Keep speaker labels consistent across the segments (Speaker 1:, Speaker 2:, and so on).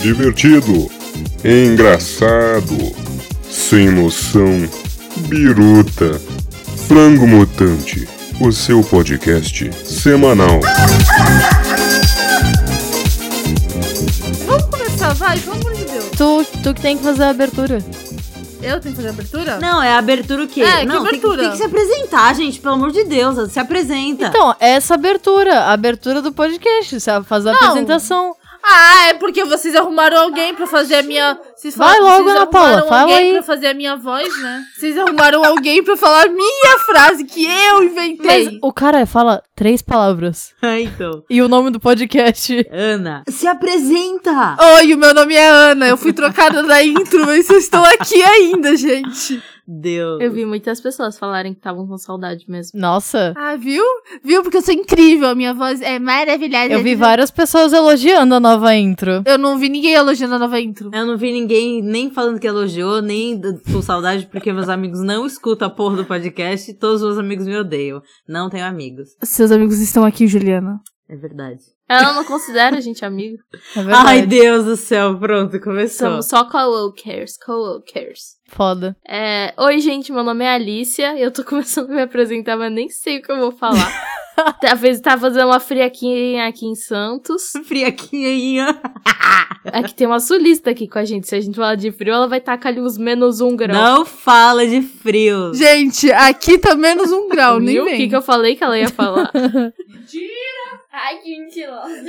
Speaker 1: divertido, engraçado, sem noção, biruta, frango mutante, o seu podcast semanal.
Speaker 2: Vamos começar, vai, pelo amor de Deus.
Speaker 3: Tu, tu que tem que fazer a abertura.
Speaker 2: Eu tenho que fazer a abertura?
Speaker 4: Não, é abertura o quê?
Speaker 2: É, que
Speaker 4: não, tem
Speaker 2: abertura?
Speaker 4: Tem, que se apresentar, gente, pelo amor de Deus, se apresenta.
Speaker 3: Então, essa abertura, a abertura do podcast, sabe? Faz a
Speaker 2: Não.
Speaker 3: apresentação.
Speaker 2: Ah, é porque vocês arrumaram alguém pra fazer a minha. Vocês
Speaker 3: Vai
Speaker 2: falaram-
Speaker 3: logo,
Speaker 2: vocês
Speaker 3: Ana Paula,
Speaker 2: arrumaram
Speaker 3: fala
Speaker 2: alguém
Speaker 3: aí.
Speaker 2: pra fazer a minha voz, né? Vocês arrumaram alguém pra falar a minha frase que eu inventei.
Speaker 3: Mas o cara fala três palavras.
Speaker 4: Ah, então.
Speaker 3: E o nome do podcast.
Speaker 4: Ana, se apresenta.
Speaker 2: Oi, o meu nome é Ana. Eu fui trocada da intro, mas eu estou aqui ainda, gente.
Speaker 4: Deus.
Speaker 5: Eu vi muitas pessoas falarem que estavam com saudade mesmo.
Speaker 3: Nossa.
Speaker 2: Ah, viu? Viu? Porque eu sou incrível. A minha voz é maravilhosa.
Speaker 3: Eu vi várias pessoas elogiando a nova intro.
Speaker 2: Eu não vi ninguém elogiando a nova intro.
Speaker 4: Eu não vi ninguém nem falando que elogiou, nem d- com saudade, porque meus amigos não escutam a porra do podcast e todos os meus amigos me odeiam. Não tenho amigos.
Speaker 2: Seus amigos estão aqui, Juliana.
Speaker 4: É verdade.
Speaker 5: Ela não considera a gente amigo.
Speaker 3: É verdade.
Speaker 4: Ai, Deus do céu, pronto, começou.
Speaker 5: Somos só co-workers, co-workers.
Speaker 3: Foda.
Speaker 5: É, Oi, gente, meu nome é Alicia. Eu tô começando a me apresentar, mas nem sei o que eu vou falar. Talvez tá fazendo uma friaquinha aqui em Santos.
Speaker 4: Friaquinha.
Speaker 5: É que tem uma sulista aqui com a gente. Se a gente falar de frio, ela vai tacar ali uns menos um grau.
Speaker 4: Não fala de frio.
Speaker 2: Gente, aqui tá menos um grau, nem
Speaker 5: Viu o
Speaker 2: vem.
Speaker 5: que, que eu falei que ela ia falar?
Speaker 6: Ai, que mentirosa.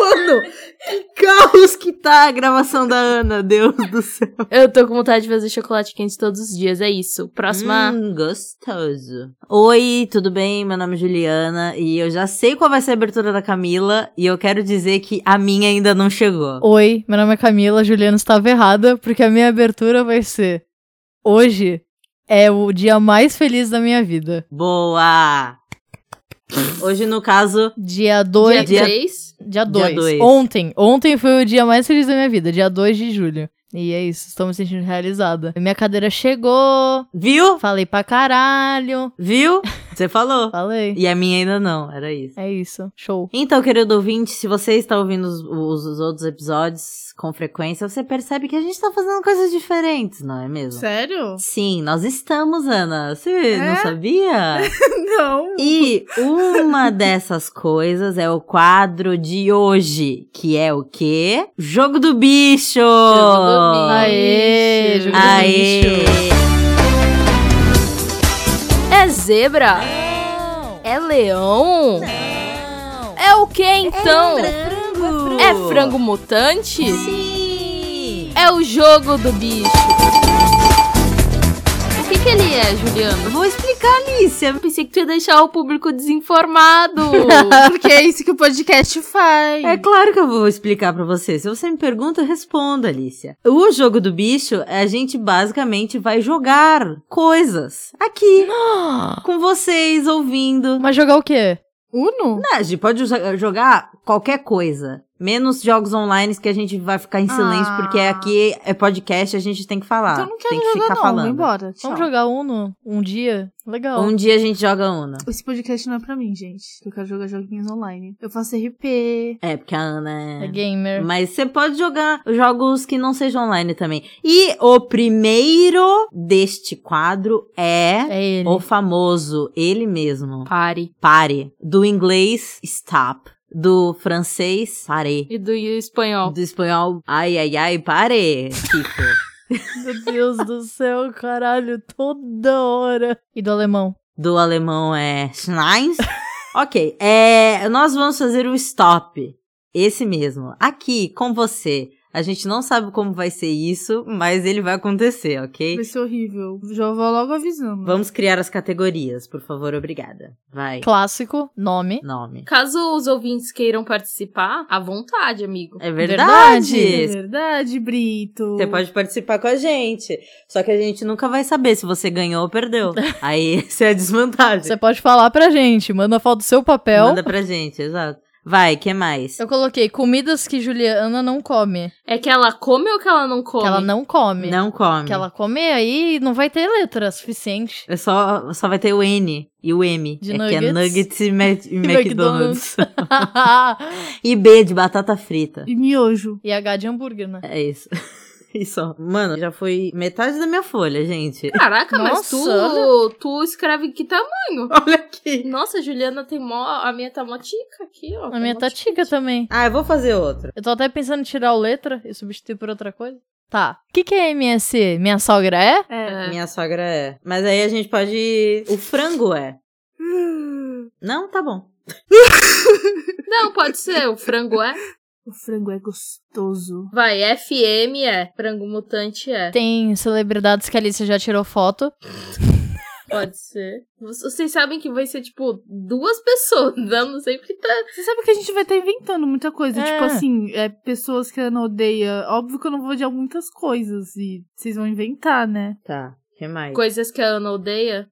Speaker 4: Mano, que caos que tá a gravação da Ana, Deus do céu.
Speaker 5: eu tô com vontade de fazer chocolate quente todos os dias, é isso. Próxima.
Speaker 4: Hum, gostoso. Oi, tudo bem? Meu nome é Juliana e eu já sei qual vai ser a abertura da Camila e eu quero dizer que a minha ainda não chegou.
Speaker 3: Oi, meu nome é Camila, a Juliana estava errada, porque a minha abertura vai ser. Hoje é o dia mais feliz da minha vida.
Speaker 4: Boa! Hoje, no caso,
Speaker 3: Dia 2.
Speaker 5: Dia
Speaker 4: Dia-
Speaker 5: 3.
Speaker 3: Dia 2.
Speaker 4: dois.
Speaker 3: Ontem. Ontem foi o dia mais feliz da minha vida, dia 2 de julho. E é isso, estou me sentindo realizada. Minha cadeira chegou,
Speaker 4: viu?
Speaker 3: falei pra caralho.
Speaker 4: Viu? Você falou.
Speaker 3: Falei.
Speaker 4: E a minha ainda não, era isso.
Speaker 3: É isso, show.
Speaker 4: Então, querido ouvinte, se você está ouvindo os, os- os outros episódios com frequência, você percebe que a gente tá fazendo coisas diferentes, não é mesmo?
Speaker 2: Sério?
Speaker 4: Sim, nós estamos, Ana. Você não
Speaker 2: É?
Speaker 4: sabia?
Speaker 2: Não.
Speaker 4: E uma dessas coisas é o quadro de hoje, que é o quê? Jogo do bicho! Oh.
Speaker 5: Jogo do bicho.
Speaker 3: Aê, jogo do
Speaker 4: Aê!
Speaker 3: bicho.
Speaker 5: É zebra? É leão? É o que então?
Speaker 4: frango!
Speaker 5: É frango mutante?
Speaker 4: Sim!
Speaker 5: É o jogo do bicho. O que, que ele é, Juliano?
Speaker 4: Vou explicar, Alicia.
Speaker 5: Eu pensei que tu ia deixar o público desinformado.
Speaker 2: Porque é isso que o podcast faz.
Speaker 4: É claro que eu vou explicar pra você. Se você me pergunta, eu respondo, Alicia. O jogo do bicho, a gente basicamente vai jogar coisas aqui
Speaker 5: Ah.
Speaker 4: com vocês ouvindo.
Speaker 3: Mas jogar o quê?
Speaker 2: Uno?
Speaker 4: Não, a gente pode usa- jogar qualquer coisa. Menos jogos online que a gente vai ficar em silêncio,
Speaker 2: Ah.
Speaker 4: porque aqui é podcast a gente tem que falar.
Speaker 2: então não quero
Speaker 4: Ah, tem que
Speaker 2: jogar
Speaker 4: ficar
Speaker 2: não, vou
Speaker 4: falando.
Speaker 2: embora. Tchau.
Speaker 3: Vamos jogar Uno um dia? Legal.
Speaker 4: Um dia a gente joga Uno.
Speaker 2: Esse podcast não é pra mim, gente. Eu quero jogar joguinhos online. Eu faço RP.
Speaker 4: É, porque a Ana
Speaker 3: É
Speaker 4: é.
Speaker 3: gamer.
Speaker 4: Mas você pode jogar jogos que não sejam online também. E o primeiro deste quadro é
Speaker 3: É ele.
Speaker 4: o famoso, ele mesmo.
Speaker 5: Pare.
Speaker 4: Pare. Do inglês, stop. Do francês, pare.
Speaker 5: E do espanhol?
Speaker 4: Do espanhol, ai, ai, ai, pare. Tipo.
Speaker 3: Meu Deus do céu, caralho, toda hora. E do alemão?
Speaker 4: do alemão é Schneins. ok, é, nós vamos fazer o stop. Esse mesmo. Aqui, com você. A gente não sabe como vai ser isso, mas ele vai acontecer, ok?
Speaker 2: Vai ser horrível. Já vou logo avisando.
Speaker 4: Vamos criar as categorias, por favor, obrigada. Vai.
Speaker 3: Clássico, nome.
Speaker 4: Nome.
Speaker 5: Caso os ouvintes queiram participar, à vontade, amigo.
Speaker 4: É
Speaker 3: Verdade.
Speaker 4: verdade.
Speaker 2: É verdade, Brito.
Speaker 4: Você pode participar com a gente. Só que a gente nunca vai saber se você ganhou ou perdeu. Aí essa é a desvantagem.
Speaker 3: Você pode falar pra gente, manda foto do seu papel.
Speaker 4: Manda pra gente, exato. Vai, que mais?
Speaker 3: Eu coloquei comidas que Juliana não come.
Speaker 5: É que ela come ou que ela não come?
Speaker 3: Que ela não come.
Speaker 4: Não come.
Speaker 3: Que ela comer aí não vai ter letra suficiente.
Speaker 4: É Só, só vai ter o N e o M.
Speaker 3: De
Speaker 4: é que é
Speaker 3: nuggets?
Speaker 4: nuggets e, ma- e McDonald's.
Speaker 3: McDonald's.
Speaker 4: e B de batata frita.
Speaker 2: E miojo.
Speaker 3: e H de hambúrguer, né?
Speaker 4: É isso. Isso. ó. Mano, já foi metade da minha folha, gente.
Speaker 5: Caraca, mas
Speaker 3: Nossa,
Speaker 5: tu, tu escreve que tamanho?
Speaker 4: Olha aqui.
Speaker 5: Nossa, a Juliana tem mó. A minha tá mó tica aqui, ó.
Speaker 3: A minha
Speaker 5: mó
Speaker 3: tá tica também.
Speaker 4: Ah, eu vou fazer outro.
Speaker 3: Eu tô até pensando em tirar o letra e substituir por outra coisa. Tá. O que, que é MSC? Minha sogra é?
Speaker 5: É.
Speaker 4: Minha sogra é. Mas aí a gente pode. O frango é. Não, tá bom.
Speaker 5: Não, pode ser. O frango é.
Speaker 2: O frango é gostoso.
Speaker 5: Vai, FM é. Frango mutante é.
Speaker 3: Tem celebridades que a Alice já tirou foto.
Speaker 5: Pode ser. Vocês sabem que vai ser, tipo, duas pessoas dando sempre tá.
Speaker 2: Você sabe que a gente vai estar inventando muita coisa.
Speaker 3: É.
Speaker 2: Tipo assim, é, pessoas que a Ana odeia. Óbvio que eu não vou odiar muitas coisas. E vocês vão inventar, né?
Speaker 4: Tá. O que mais?
Speaker 5: Coisas que a Ana odeia.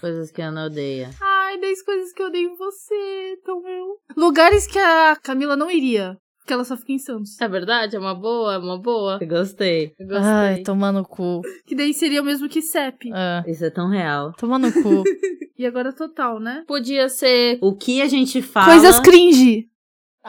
Speaker 4: Coisas que a Ana odeia.
Speaker 2: Ai, 10 coisas que eu odeio em você, então eu. Lugares que a Camila não iria. Porque ela só fica em Santos.
Speaker 5: É verdade? É uma boa? É uma boa?
Speaker 4: Eu gostei.
Speaker 5: Eu gostei.
Speaker 3: Ai, tomar no cu.
Speaker 2: Que daí seria o mesmo que CEP.
Speaker 3: É.
Speaker 4: Isso é tão real.
Speaker 3: Tomar no cu.
Speaker 2: E agora total, né?
Speaker 5: Podia ser.
Speaker 4: O que a gente fala.
Speaker 2: Coisas cringe.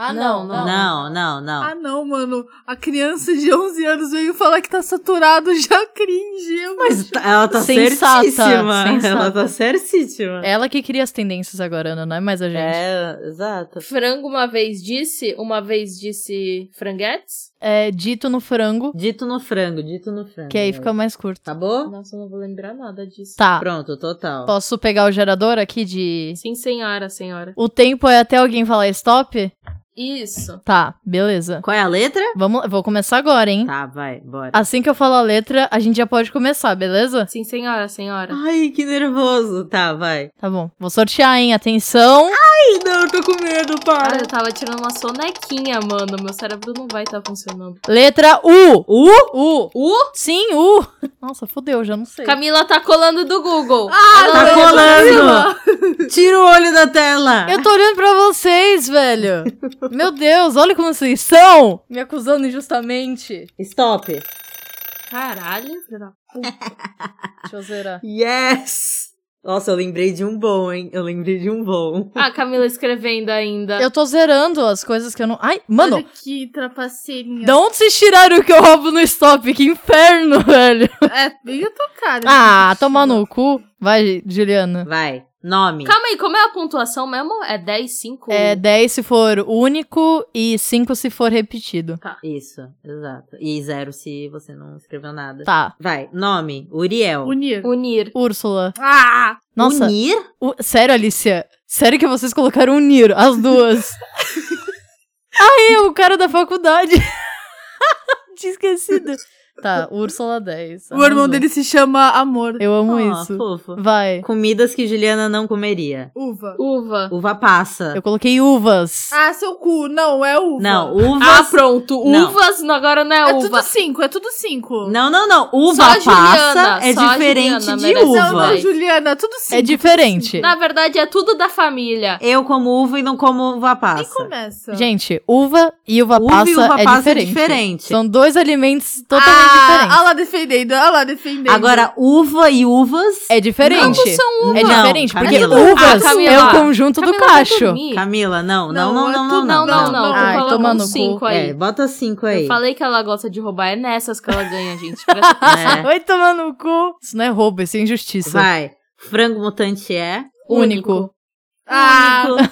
Speaker 3: Ah,
Speaker 5: não, não.
Speaker 4: Não, não, não.
Speaker 2: Ah, não, mano. A criança de 11 anos veio falar que tá saturado já cringe. Eu-
Speaker 4: Mas tá- ela tá
Speaker 3: Sensata,
Speaker 4: certíssima.
Speaker 3: sensata.
Speaker 4: Ela tá certíssima.
Speaker 3: Ela que cria as tendências agora, Ana, não é mais a gente.
Speaker 4: É, exato.
Speaker 5: Frango uma vez disse, uma vez disse franguetes?
Speaker 3: É, dito no frango,
Speaker 4: Dito no frango, dito no frango.
Speaker 3: que aí fica mais curto.
Speaker 4: Acabou?
Speaker 5: Nossa, eu não vou lembrar nada disso.
Speaker 3: Tá.
Speaker 4: Tá Pronto, total.
Speaker 3: Posso pegar o gerador aqui de.
Speaker 5: Sim, senhora, senhora.
Speaker 3: O tempo é até alguém falar stop?
Speaker 5: Isso.
Speaker 3: Tá, beleza.
Speaker 4: Qual é a letra?
Speaker 3: Vamos, vou começar agora, hein?
Speaker 4: Tá, vai, bora.
Speaker 3: Assim que eu falar a letra, a gente já pode começar, beleza?
Speaker 5: Sim, senhora, senhora.
Speaker 4: Ai, que nervoso. Tá, vai.
Speaker 3: Tá bom. Vou sortear, hein? Atenção.
Speaker 4: Ai, não, eu tô com medo,
Speaker 5: Cara,
Speaker 4: para.
Speaker 5: eu tava tirando uma sonequinha, mano. Meu cérebro não vai estar tá funcionando.
Speaker 3: Letra U.
Speaker 4: U?
Speaker 3: U.
Speaker 5: Uh!
Speaker 3: Sim, U. Nossa, fodeu, já não sei.
Speaker 5: Camila tá colando do Google.
Speaker 4: Tá colando. Tira o olho da tela.
Speaker 3: Eu tô olhando pra vocês, velho. Meu Deus, olha como vocês são. Me acusando injustamente.
Speaker 4: Stop.
Speaker 5: Caralho. filha da-
Speaker 3: Deixa eu zerar.
Speaker 4: Yes. Nossa, eu lembrei de um bom, hein? Eu lembrei de um bom.
Speaker 5: Ah, Camila escrevendo ainda.
Speaker 3: Eu tô zerando as coisas que eu não... Ai, mano.
Speaker 2: Olha que trapaceirinha.
Speaker 3: De onde vocês tiraram o que eu roubo no stop? Que inferno, velho.
Speaker 2: É, bem a tua cara.
Speaker 3: Ah, toma no cu. Vai, Juliana.
Speaker 4: Vai. Nome.
Speaker 5: Calma aí, como é a pontuação mesmo? É 10, 5?
Speaker 3: É 10 se for único e 5 se for repetido.
Speaker 4: Isso, exato. E zero se você não escreveu nada.
Speaker 3: Tá.
Speaker 4: Vai. Nome. Uriel.
Speaker 2: Unir.
Speaker 5: Unir.
Speaker 3: Úrsula.
Speaker 2: Ah!
Speaker 3: Nossa.
Speaker 4: Unir?
Speaker 3: U- Sério, Alicia? Sério que vocês colocaram um Niro? As duas. Aí, o cara da faculdade. Tinha esquecido. Tá, Úrsula 10.
Speaker 2: O irmão
Speaker 3: Arrasou.
Speaker 2: dele se chama Amor.
Speaker 3: Eu amo
Speaker 4: Ah,
Speaker 3: isso.
Speaker 4: fofo.
Speaker 3: Vai.
Speaker 4: Comidas que Juliana não comeria.
Speaker 2: Uva.
Speaker 5: Uva.
Speaker 4: Uva passa.
Speaker 3: Eu coloquei uvas.
Speaker 2: Ah, seu cu. Não, é uva.
Speaker 4: Não, uva.
Speaker 5: Ah, pronto.
Speaker 4: Não.
Speaker 5: Uvas não, agora não
Speaker 2: É
Speaker 5: é uva.
Speaker 2: tudo cinco, é tudo cinco.
Speaker 4: Não, não, não. Uva
Speaker 5: Só a Juliana,
Speaker 4: passa é
Speaker 5: só a
Speaker 4: diferente
Speaker 5: Juliana
Speaker 4: de
Speaker 5: merece
Speaker 2: não,
Speaker 5: uva.
Speaker 2: não,
Speaker 5: Vai.
Speaker 2: Juliana, é tudo cinco.
Speaker 3: é diferente.
Speaker 5: Na verdade, é tudo da família.
Speaker 4: Eu como uva e não como uva passa.
Speaker 2: Nem começa.
Speaker 3: Gente, uva e uva,
Speaker 4: uva
Speaker 3: passa,
Speaker 4: e uva
Speaker 3: é,
Speaker 4: passa
Speaker 3: diferente.
Speaker 4: é diferente.
Speaker 3: São dois alimentos totalmente
Speaker 2: ah,
Speaker 3: diferentes.
Speaker 2: olha lá defendendo, olha lá defendendo.
Speaker 4: Agora, uva e uvas.
Speaker 3: É diferente.
Speaker 5: Ambos são
Speaker 3: É
Speaker 4: ah, Não,
Speaker 3: diferente, porque
Speaker 4: Camila.
Speaker 3: uvas
Speaker 5: Ah, Camila.
Speaker 3: é o conjunto do
Speaker 5: Camila, vai
Speaker 3: cacho.
Speaker 5: dormir.
Speaker 4: Camila, não,
Speaker 2: Não,
Speaker 4: não, não,
Speaker 2: é
Speaker 4: não, não,
Speaker 2: tudo-
Speaker 5: Não, não, não.
Speaker 2: Ai,
Speaker 5: Ai,
Speaker 3: toma
Speaker 5: tomando
Speaker 3: no cu.
Speaker 5: 5
Speaker 4: É,
Speaker 5: aí.
Speaker 4: bota cinco aí.
Speaker 5: Eu falei que ela gosta de roubar. É nessas que ela ganha, gente. Presta atenção.
Speaker 4: É.
Speaker 3: Vai tomar no cu. Isso não é roubo, isso é injustiça.
Speaker 4: Vai. Frango mutante é.
Speaker 3: Único.
Speaker 2: Ah,
Speaker 4: um único.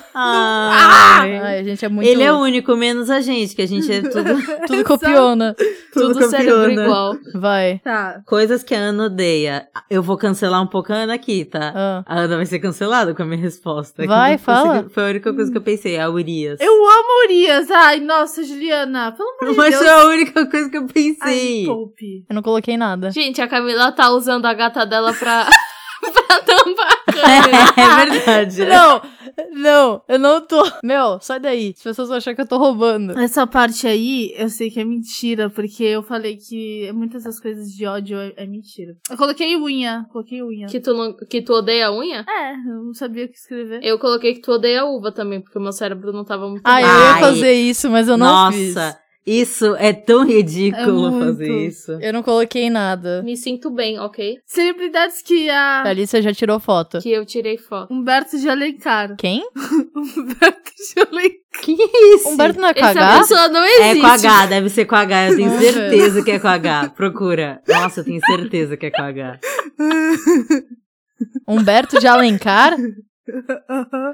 Speaker 4: Ai.
Speaker 3: Ai, a gente é muito.
Speaker 4: Ele é único, menos a gente, que a gente é tudo,
Speaker 3: Tudo copiona.
Speaker 5: Tudo, né?
Speaker 4: tudo né?
Speaker 5: cérebro
Speaker 4: campeona.
Speaker 5: igual.
Speaker 3: Vai.
Speaker 2: tá.
Speaker 4: Coisas que a Ana odeia. Eu vou cancelar um pouco a Ana aqui, tá?
Speaker 3: Ah.
Speaker 4: A Ana vai ser cancelada com a minha resposta. que
Speaker 3: Vai,
Speaker 4: eu não consegui-
Speaker 3: fala.
Speaker 4: Foi a única coisa que eu pensei, a Urias.
Speaker 2: Eu amo Urias. Ai, nossa, Juliana. Pelo amor de
Speaker 4: Mas
Speaker 2: Deus.
Speaker 4: foi a única coisa que eu
Speaker 2: Ai,
Speaker 4: pensei.
Speaker 2: poupe.
Speaker 3: Eu não coloquei nada.
Speaker 5: Gente, a Camila tá usando a gata dela pra, pra tampar a
Speaker 4: é verdade.
Speaker 3: Não, não, eu não tô. Meu, sai daí. As pessoas vão achar que eu tô roubando.
Speaker 2: Essa parte aí, eu sei que é mentira, porque eu falei que muitas das coisas de ódio é, é mentira. Eu coloquei unha, coloquei unha.
Speaker 5: Que tu, não, que tu odeia a unha?
Speaker 2: É, eu não sabia o que escrever.
Speaker 5: Eu coloquei que tu odeia a uva também, porque o meu cérebro não tava muito.
Speaker 3: Ah, eu
Speaker 4: Ai.
Speaker 3: ia fazer isso, mas eu não fiz.
Speaker 4: Nossa, isso é tão
Speaker 2: É
Speaker 4: ridículo
Speaker 2: muito.
Speaker 4: fazer isso.
Speaker 3: Eu não coloquei nada.
Speaker 5: Me sinto bem, ok?
Speaker 2: Celebridades que a
Speaker 3: A Alicia já tirou foto.
Speaker 5: Que eu tirei foto.
Speaker 2: Humberto de Alencar.
Speaker 3: Quem?
Speaker 2: Humberto de Alencar.
Speaker 4: Que isso?
Speaker 3: Humberto não é com
Speaker 5: Essa
Speaker 3: H?
Speaker 5: pessoa não
Speaker 4: É
Speaker 5: existe.
Speaker 4: com H, deve ser com H. Eu tenho
Speaker 3: Nossa.
Speaker 4: certeza que é com H. Procura. Nossa, eu tenho certeza que é com H.
Speaker 3: Humberto de Alencar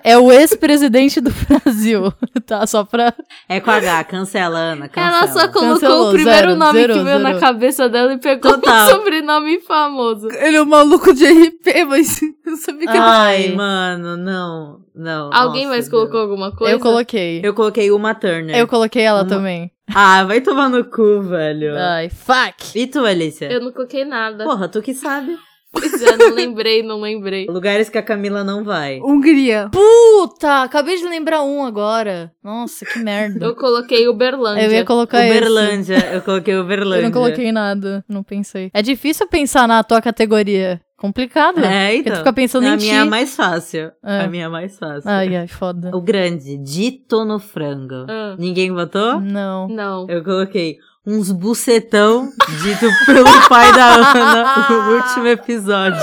Speaker 3: é o ex-presidente do Brasil. Tá, só pra.
Speaker 4: É com H. Cancela, Ana. Cancela.
Speaker 5: Ela só colocou
Speaker 3: Cancelou,
Speaker 5: o primeiro
Speaker 3: zero,
Speaker 5: nome
Speaker 3: zero,
Speaker 5: que veio na
Speaker 3: zero.
Speaker 5: cabeça dela e pegou
Speaker 4: Total.
Speaker 5: um sobrenome famoso.
Speaker 2: Ele é um maluco de RP, É, mas eu não sabia que
Speaker 4: Ai,
Speaker 3: Ai.
Speaker 4: mano, não. Não.
Speaker 5: Alguém
Speaker 4: Nossa,
Speaker 5: mais
Speaker 4: Deus.
Speaker 5: colocou alguma coisa?
Speaker 3: Eu coloquei. Eu,
Speaker 4: Eu coloquei uma Turner.
Speaker 3: coloquei ela
Speaker 4: Uma-
Speaker 3: também.
Speaker 4: Ah, vai tomar no cu, velho.
Speaker 3: Ai, fuck!
Speaker 4: E tu, Alicia?
Speaker 5: Eu não coloquei nada.
Speaker 4: Porra, tu que sabe.
Speaker 5: Pois é, não lembrei, não lembrei.
Speaker 4: Lugares que a Camila não vai.
Speaker 2: Hungria.
Speaker 3: Puta, acabei de lembrar um agora. Nossa, que merda.
Speaker 5: Eu coloquei Uberlândia.
Speaker 3: Eu ia colocar esse.
Speaker 4: Uberlândia. Eu coloquei Uberlândia.
Speaker 3: Eu não coloquei nada, não pensei. É difícil pensar na tua categoria. Complicado.
Speaker 4: É,
Speaker 3: Porque tu
Speaker 4: então.
Speaker 3: fica pensando
Speaker 4: a
Speaker 3: em
Speaker 4: minha é
Speaker 3: ti.
Speaker 4: mais fácil.
Speaker 3: É.
Speaker 4: A minha é mais fácil.
Speaker 3: Ai, ai, foda.
Speaker 4: O grande, dito no frango.
Speaker 5: Ah,
Speaker 4: Ninguém votou?
Speaker 3: Não.
Speaker 5: não.
Speaker 4: Eu coloquei uns bucetão dito pelo pai da Ana no último episódio.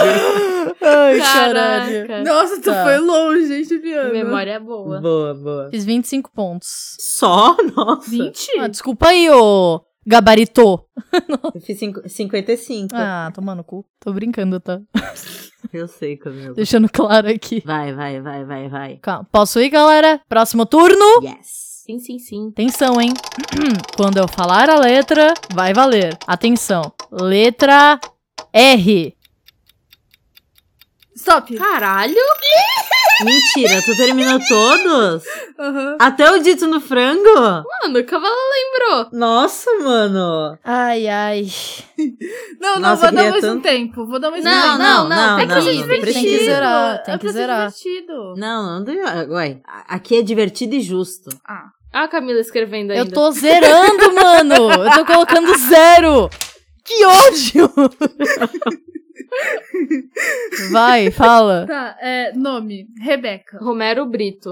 Speaker 3: Ai,
Speaker 5: Caraca.
Speaker 2: Nossa, tu
Speaker 3: Tá.
Speaker 2: foi longe, hein, Juliana?
Speaker 5: Memória é boa.
Speaker 4: Boa, boa.
Speaker 3: Fiz 25 pontos.
Speaker 4: Só? Nossa.
Speaker 2: 20?
Speaker 3: Ah, desculpa aí, ô gabaritô.
Speaker 4: Eu fiz cinco- 55.
Speaker 3: Ah, tomando no cu. Tô brincando, tá?
Speaker 4: Eu sei, Camila.
Speaker 3: Deixando claro aqui.
Speaker 4: Vai, vai, vai, vai, vai.
Speaker 3: Calma. Posso ir, galera? Próximo turno.
Speaker 4: Yes.
Speaker 5: Sim, sim, sim.
Speaker 3: Atenção, hein? Quando eu falar a letra, vai valer. Atenção. Letra R.
Speaker 2: Stop.
Speaker 5: Caralho!
Speaker 4: Mentira, tu terminou todos?
Speaker 2: Aham.
Speaker 4: Até o dito no frango?
Speaker 5: Mano, como ela lembrou?
Speaker 4: Nossa, mano.
Speaker 3: Ai, ai.
Speaker 2: Não, não,
Speaker 4: Nossa,
Speaker 2: vou
Speaker 4: eu
Speaker 2: dar
Speaker 4: queria
Speaker 2: mais um
Speaker 4: tanto-
Speaker 2: tempo. Vou dar mais um
Speaker 5: Não,
Speaker 2: tempo.
Speaker 5: não, não,
Speaker 2: É que
Speaker 5: não,
Speaker 2: isso é
Speaker 5: não,
Speaker 2: divertido.
Speaker 3: tem que zerar, tem
Speaker 2: é
Speaker 3: que
Speaker 2: pra ser
Speaker 3: zerar.
Speaker 2: divertido.
Speaker 4: Não, não deu. Ué, a- aqui é divertido e justo.
Speaker 2: Ah.
Speaker 5: Ah, a Camila escrevendo ainda.
Speaker 3: Eu tô zerando, mano. Eu tô colocando zero. Que ódio. Vai, fala.
Speaker 2: Tá, é, nome. Rebeca.
Speaker 5: Romero Brito.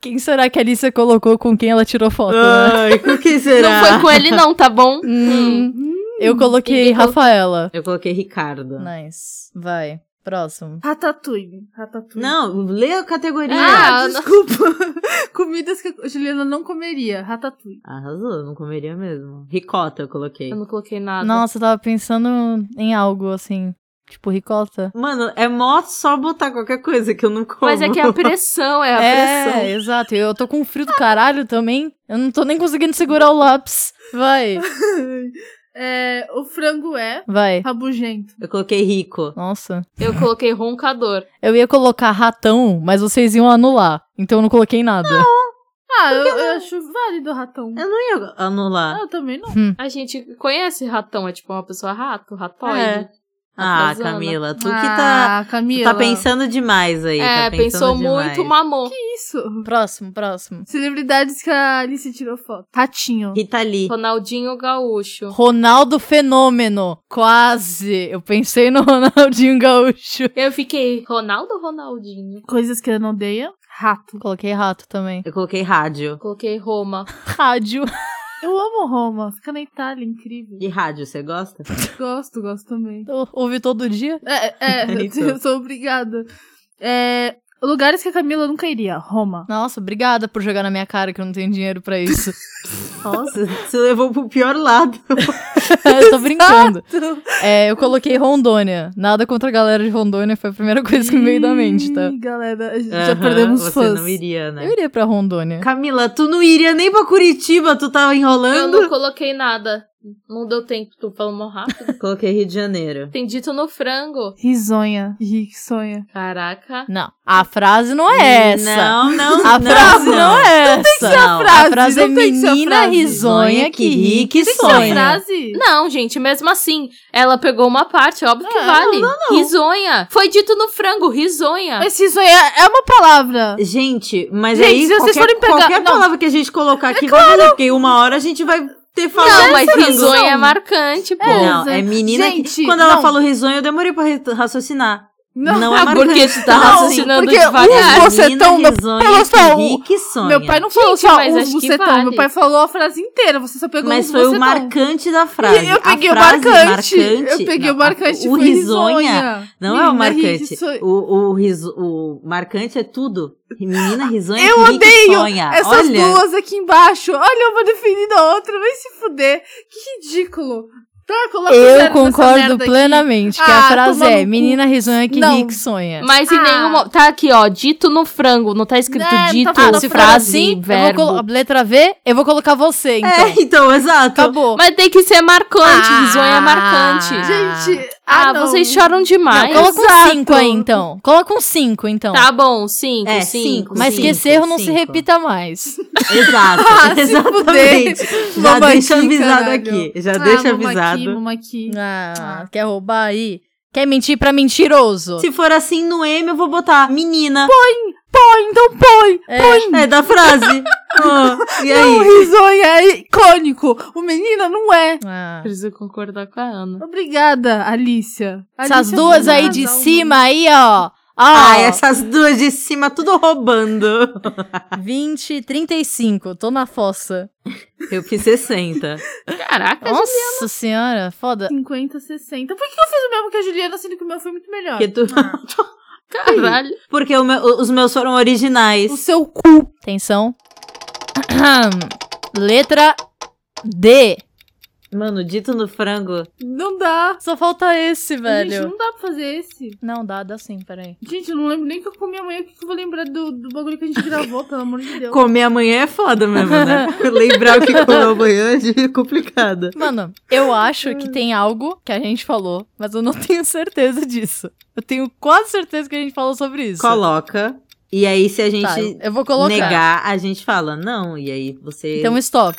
Speaker 3: Quem será que a Alicia colocou com quem ela tirou foto? né?
Speaker 4: Ai, com quem será?
Speaker 5: Não foi com ele não, tá bom?
Speaker 3: Hum, eu coloquei
Speaker 5: Ninguém colocou.
Speaker 3: Rafaela.
Speaker 4: Eu coloquei Ricardo.
Speaker 3: Nice. Vai. Próximo.
Speaker 2: Ratatouille. Ratatouille.
Speaker 4: Não, lê a categoria.
Speaker 5: Ah, eu não-
Speaker 2: Desculpa. Comidas que a Juliana não comeria. Ratatouille.
Speaker 4: Arrasou, não comeria mesmo. Ricota eu coloquei.
Speaker 5: Eu não coloquei nada.
Speaker 3: Nossa, eu tava pensando em algo assim. Tipo, ricota.
Speaker 4: Mano, é mó só botar qualquer coisa que eu não como.
Speaker 5: Mas é que é a pressão, é a pressão.
Speaker 3: É, exato. Eu tô com frio do caralho também. Eu não tô nem conseguindo segurar o lápis. Vai,
Speaker 2: É, o frango é
Speaker 3: vai.
Speaker 2: rabugento.
Speaker 4: Eu coloquei rico.
Speaker 3: Nossa.
Speaker 5: Eu coloquei roncador.
Speaker 3: Eu ia colocar ratão, mas vocês iam anular. Então eu não coloquei nada.
Speaker 2: Ah, eu, eu acho válido o ratão.
Speaker 4: Eu não ia
Speaker 2: Ah,
Speaker 4: anular.
Speaker 2: eu também não.
Speaker 5: A gente conhece ratão, é tipo uma pessoa rato, ratoide.
Speaker 4: É. Ah,
Speaker 5: Atrasando.
Speaker 4: Camila, tu que tá.
Speaker 2: Ah, Camila.
Speaker 4: Tu tá pensando demais aí.
Speaker 5: É,
Speaker 4: tá pensando
Speaker 5: pensou
Speaker 4: demais.
Speaker 5: muito, mamou.
Speaker 2: Que isso?
Speaker 3: Próximo, próximo.
Speaker 2: Celebridades que a Alice tirou foto. Ratinho.
Speaker 4: Rita Lee.
Speaker 5: Ronaldinho Gaúcho.
Speaker 3: Ronaldo Fenômeno. Quase. Eu pensei no Ronaldinho Gaúcho.
Speaker 5: Eu fiquei, Ronaldo ou Ronaldinho?
Speaker 2: Coisas que eu não odeia. Rato.
Speaker 3: Coloquei rato também.
Speaker 4: Eu coloquei rádio.
Speaker 5: Coloquei Roma.
Speaker 3: Rádio.
Speaker 2: Eu amo Roma. Fica na Itália, incrível.
Speaker 4: De rádio, você gosta?
Speaker 2: Gosto, gosto também.
Speaker 3: Eu ouvi todo dia.
Speaker 2: É, é,
Speaker 4: Então.
Speaker 2: eu sou obrigada. É, lugares que a Camila nunca iria. Roma.
Speaker 3: Nossa, obrigada por jogar na minha cara que eu não tenho dinheiro pra isso.
Speaker 4: Nossa, você levou pro pior lado.
Speaker 3: eu tô brincando. É, eu coloquei Rondônia. Nada contra a galera de Rondônia, foi a primeira coisa que me veio da mente, tá?
Speaker 2: Ih, Galera, a gente já
Speaker 4: Aham,
Speaker 2: perdemos
Speaker 4: você
Speaker 2: fãs.
Speaker 4: não iria, né?
Speaker 3: Eu iria pra Rondônia.
Speaker 4: Camila, tu não iria nem pra Curitiba, tu tava
Speaker 5: Eu
Speaker 4: enrolando.
Speaker 5: não coloquei nada. Não deu tempo, tu falou mal rápido.
Speaker 4: Coloquei Rio de Janeiro.
Speaker 5: Tem dito no frango.
Speaker 2: Risonha. Rixonha.
Speaker 5: Caraca.
Speaker 3: Não, a frase não é essa.
Speaker 4: Não, não,
Speaker 3: A
Speaker 4: não.
Speaker 3: frase não, é essa.
Speaker 4: Não.
Speaker 3: a frase é
Speaker 2: não tem que ser a
Speaker 3: menina
Speaker 2: frase.
Speaker 3: risonha que ri que
Speaker 4: Tem que ser a
Speaker 2: Sonha.
Speaker 3: sonha.
Speaker 2: frase?
Speaker 5: Não, gente, mesmo assim, ela pegou uma parte, óbvio que
Speaker 2: É,
Speaker 5: vale. Risonha. Foi dito no frango, risonha.
Speaker 2: Mas risonha é uma palavra.
Speaker 4: Gente, mas
Speaker 2: Gente, se
Speaker 4: aí
Speaker 2: vocês
Speaker 4: qualquer,
Speaker 2: forem pegar-
Speaker 4: qualquer
Speaker 2: não. É
Speaker 4: palavra que a gente colocar aqui vai valer, porque uma hora a gente vai ter falado.
Speaker 5: não, mas
Speaker 4: frango.
Speaker 5: risonha é marcante, pô.
Speaker 2: É,
Speaker 4: Não, é menina que...
Speaker 2: Gente,
Speaker 4: Quando ela
Speaker 2: não.
Speaker 4: falou risonho, eu demorei pra re- raciocinar. Não, é
Speaker 5: Ah,
Speaker 4: marcante.
Speaker 5: porque tu
Speaker 4: Não,
Speaker 5: tá
Speaker 4: um,
Speaker 5: raciocinando
Speaker 2: porque
Speaker 5: devagar.
Speaker 2: os bocetão
Speaker 4: Menina
Speaker 2: da
Speaker 4: é risonha
Speaker 2: promoção.
Speaker 4: que ri que sonha.
Speaker 2: Meu pai não falou
Speaker 5: Gente,
Speaker 2: só
Speaker 5: mas
Speaker 2: os
Speaker 5: acho que
Speaker 2: bucetão.
Speaker 5: vale.
Speaker 2: Meu pai falou a frase inteira. Você só pegou
Speaker 4: Mas
Speaker 2: os
Speaker 4: foi o
Speaker 2: bucetão.
Speaker 4: marcante da frase.
Speaker 2: Eu peguei
Speaker 4: a
Speaker 2: o
Speaker 4: frase
Speaker 2: marcante. Eu
Speaker 4: marcante-
Speaker 2: peguei
Speaker 4: não,
Speaker 2: o marcante.
Speaker 4: O
Speaker 2: foi
Speaker 4: risonha não é
Speaker 2: Menina,
Speaker 4: o
Speaker 2: ri,
Speaker 4: marcante.
Speaker 2: risonha.
Speaker 4: O, o, riso, o marcante é tudo. Menina risonha
Speaker 2: Eu
Speaker 4: que ri que
Speaker 2: odeio
Speaker 3: Ah,
Speaker 4: sonha.
Speaker 2: Essas
Speaker 4: Olha,
Speaker 2: duas aqui embaixo. Olha, uma definindo a outra. Vai se fuder. Que ridículo. Tá, coloca o zero
Speaker 3: Eu
Speaker 2: nessa
Speaker 3: concordo
Speaker 2: merda aqui.
Speaker 3: plenamente que a
Speaker 2: Ah,
Speaker 3: frase
Speaker 2: tomar no
Speaker 3: é
Speaker 2: cu.
Speaker 3: menina risonha que
Speaker 2: Não.
Speaker 3: ri que sonha.
Speaker 5: Mas em
Speaker 2: Ah.
Speaker 5: nenhuma. Tá aqui, ó. Dito no frango. Não tá escrito
Speaker 2: Não, não tá
Speaker 5: dito,
Speaker 2: falando
Speaker 3: ah, se for
Speaker 5: frase,
Speaker 3: assim, eu
Speaker 5: verbo.
Speaker 3: vou colo- letra V, eu vou colocar você, então.
Speaker 4: É, então, exato.
Speaker 3: Acabou.
Speaker 5: Mas tem que ser marcante.
Speaker 3: Ah.
Speaker 5: Risonha é marcante.
Speaker 2: Gente,
Speaker 5: Ah,
Speaker 2: ah, não.
Speaker 5: vocês choram demais.
Speaker 3: Coloca um
Speaker 2: exato.
Speaker 3: 5 aí, então. Coloca um 5, então.
Speaker 5: Tá bom, cinco,
Speaker 4: É,
Speaker 5: cinco.
Speaker 4: cinco.
Speaker 3: Mas que esse erro não se
Speaker 4: cinco.
Speaker 3: repita mais.
Speaker 4: Exato, exatamente. Já
Speaker 2: Mamãe
Speaker 4: deixa
Speaker 2: aqui,
Speaker 4: avisado
Speaker 2: caralho. Ah,
Speaker 4: aqui. Já deixa
Speaker 2: mamaqui,
Speaker 4: avisado.
Speaker 2: mamaqui.
Speaker 3: Ah, quer roubar aí? Quer mentir pra mentiroso?
Speaker 4: Se for assim no M, eu vou botar menina.
Speaker 2: Põe, então põe.
Speaker 4: É da frase. Ó, e
Speaker 2: O
Speaker 4: aí?
Speaker 2: risonha é icônico. O menina não é.
Speaker 3: Ah.
Speaker 5: Preciso concordar com a Ana.
Speaker 2: Obrigada, Alicia.
Speaker 3: Essas
Speaker 2: Alicia
Speaker 3: duas
Speaker 2: tem
Speaker 3: aí de
Speaker 2: razão.
Speaker 3: cima aí, ó. Ó,
Speaker 4: Ai, essas duas de cima, tudo roubando.
Speaker 3: 20, 35. Tô na fossa.
Speaker 4: Eu fiz 60.
Speaker 5: Caraca, gente.
Speaker 3: Nossa senhora, foda.
Speaker 2: 50, 60. Por que que eu fiz o mesmo que a Juliana, sendo que o meu foi muito melhor?
Speaker 4: Porque, tu-
Speaker 5: caralho.
Speaker 4: porque o meu- os meus foram originais.
Speaker 2: O seu cu.
Speaker 3: Atenção. Letra D.
Speaker 4: Mano, dito no frango.
Speaker 2: Não dá.
Speaker 3: Só falta esse,
Speaker 2: Gente,
Speaker 3: velho.
Speaker 2: não dá pra fazer esse.
Speaker 3: Não, dá, dá sim, peraí.
Speaker 2: Gente, eu não lembro nem o que eu comi amanhã. O que que eu vou lembrar do, do bagulho que a gente gravou, pelo amor de Deus.
Speaker 4: Comer amanhã é foda mesmo, né? Lembrar o que comeu amanhã é complicado.
Speaker 3: Mano, eu acho que tem algo que a gente falou, mas eu não tenho certeza disso. Eu tenho quase certeza que a gente falou sobre isso.
Speaker 4: Coloca. E aí, se a gente
Speaker 3: Tá, eu vou colocar.
Speaker 4: negar, a gente fala não. E aí você,
Speaker 3: Então, stop.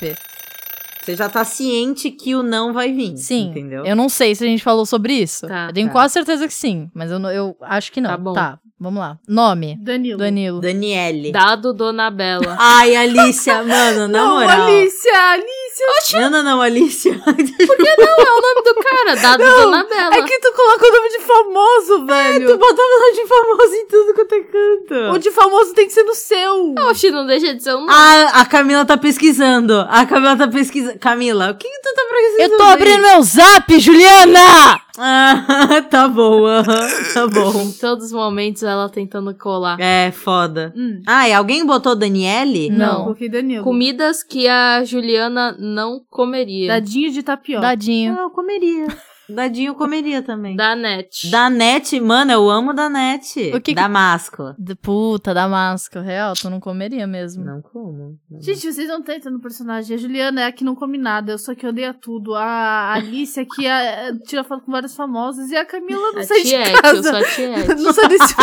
Speaker 4: você já tá ciente que o não vai vir.
Speaker 3: Sim.
Speaker 4: Entendeu?
Speaker 3: Eu não sei se a gente falou sobre isso.
Speaker 5: Tá,
Speaker 3: eu tenho
Speaker 4: tá.
Speaker 3: quase certeza que sim, mas eu, não- eu acho que não.
Speaker 5: Tá bom.
Speaker 3: vamos lá. Nome:
Speaker 2: Danilo.
Speaker 3: Danilo.
Speaker 4: Daniele.
Speaker 5: Dado Dona Bela.
Speaker 4: Ai, Alicia, mano, na
Speaker 2: Não,
Speaker 4: moral.
Speaker 2: Alicia, Alicia.
Speaker 4: Não, não, não, Alicia.
Speaker 5: Não, é o nome do cara. Dado Dona Bela.
Speaker 2: É que tu coloca o nome de famoso, velho.
Speaker 4: tu botava nome de famoso em tudo que eu te
Speaker 2: O
Speaker 4: canto.
Speaker 2: de famoso tem que ser no seu.
Speaker 5: Ah, Oxi, não deixa de ser um nome.
Speaker 4: Ah, a Camila tá pesquisando. A Camila tá pesquisando. Camila, o que que tu tá pesquisando?
Speaker 3: Eu tô
Speaker 4: aí?
Speaker 3: abrindo meu zap, Juliana!
Speaker 4: Ah, tá bom, aham, tá bom.
Speaker 5: Em todos os momentos ela tentando colar.
Speaker 4: É, foda.
Speaker 2: Hum.
Speaker 4: Ai, alguém botou Daniele?
Speaker 3: Não.
Speaker 2: Coloquei Danilo.
Speaker 5: Comidas que a Juliana não comeria.
Speaker 2: Dadinho de tapioca.
Speaker 3: Dadinho.
Speaker 4: Não, eu comeria. Dadinho eu comeria também.
Speaker 5: Da net.
Speaker 4: Danete, mano, eu amo Danete.
Speaker 3: O que que-
Speaker 4: Damasco.
Speaker 3: De puta, Damasco. Real, tu não comeria mesmo.
Speaker 4: Não como. não.
Speaker 2: Gente, vocês não estão entendendo o personagem. A Juliana é a que não come nada, eu sou a que odeia tudo. A Alice é que é- tira foto com vários famosos. E a Camila não
Speaker 5: A
Speaker 2: sai de
Speaker 5: Tiete, eu sou
Speaker 2: casa.
Speaker 5: a Tiete.
Speaker 2: Não sai desse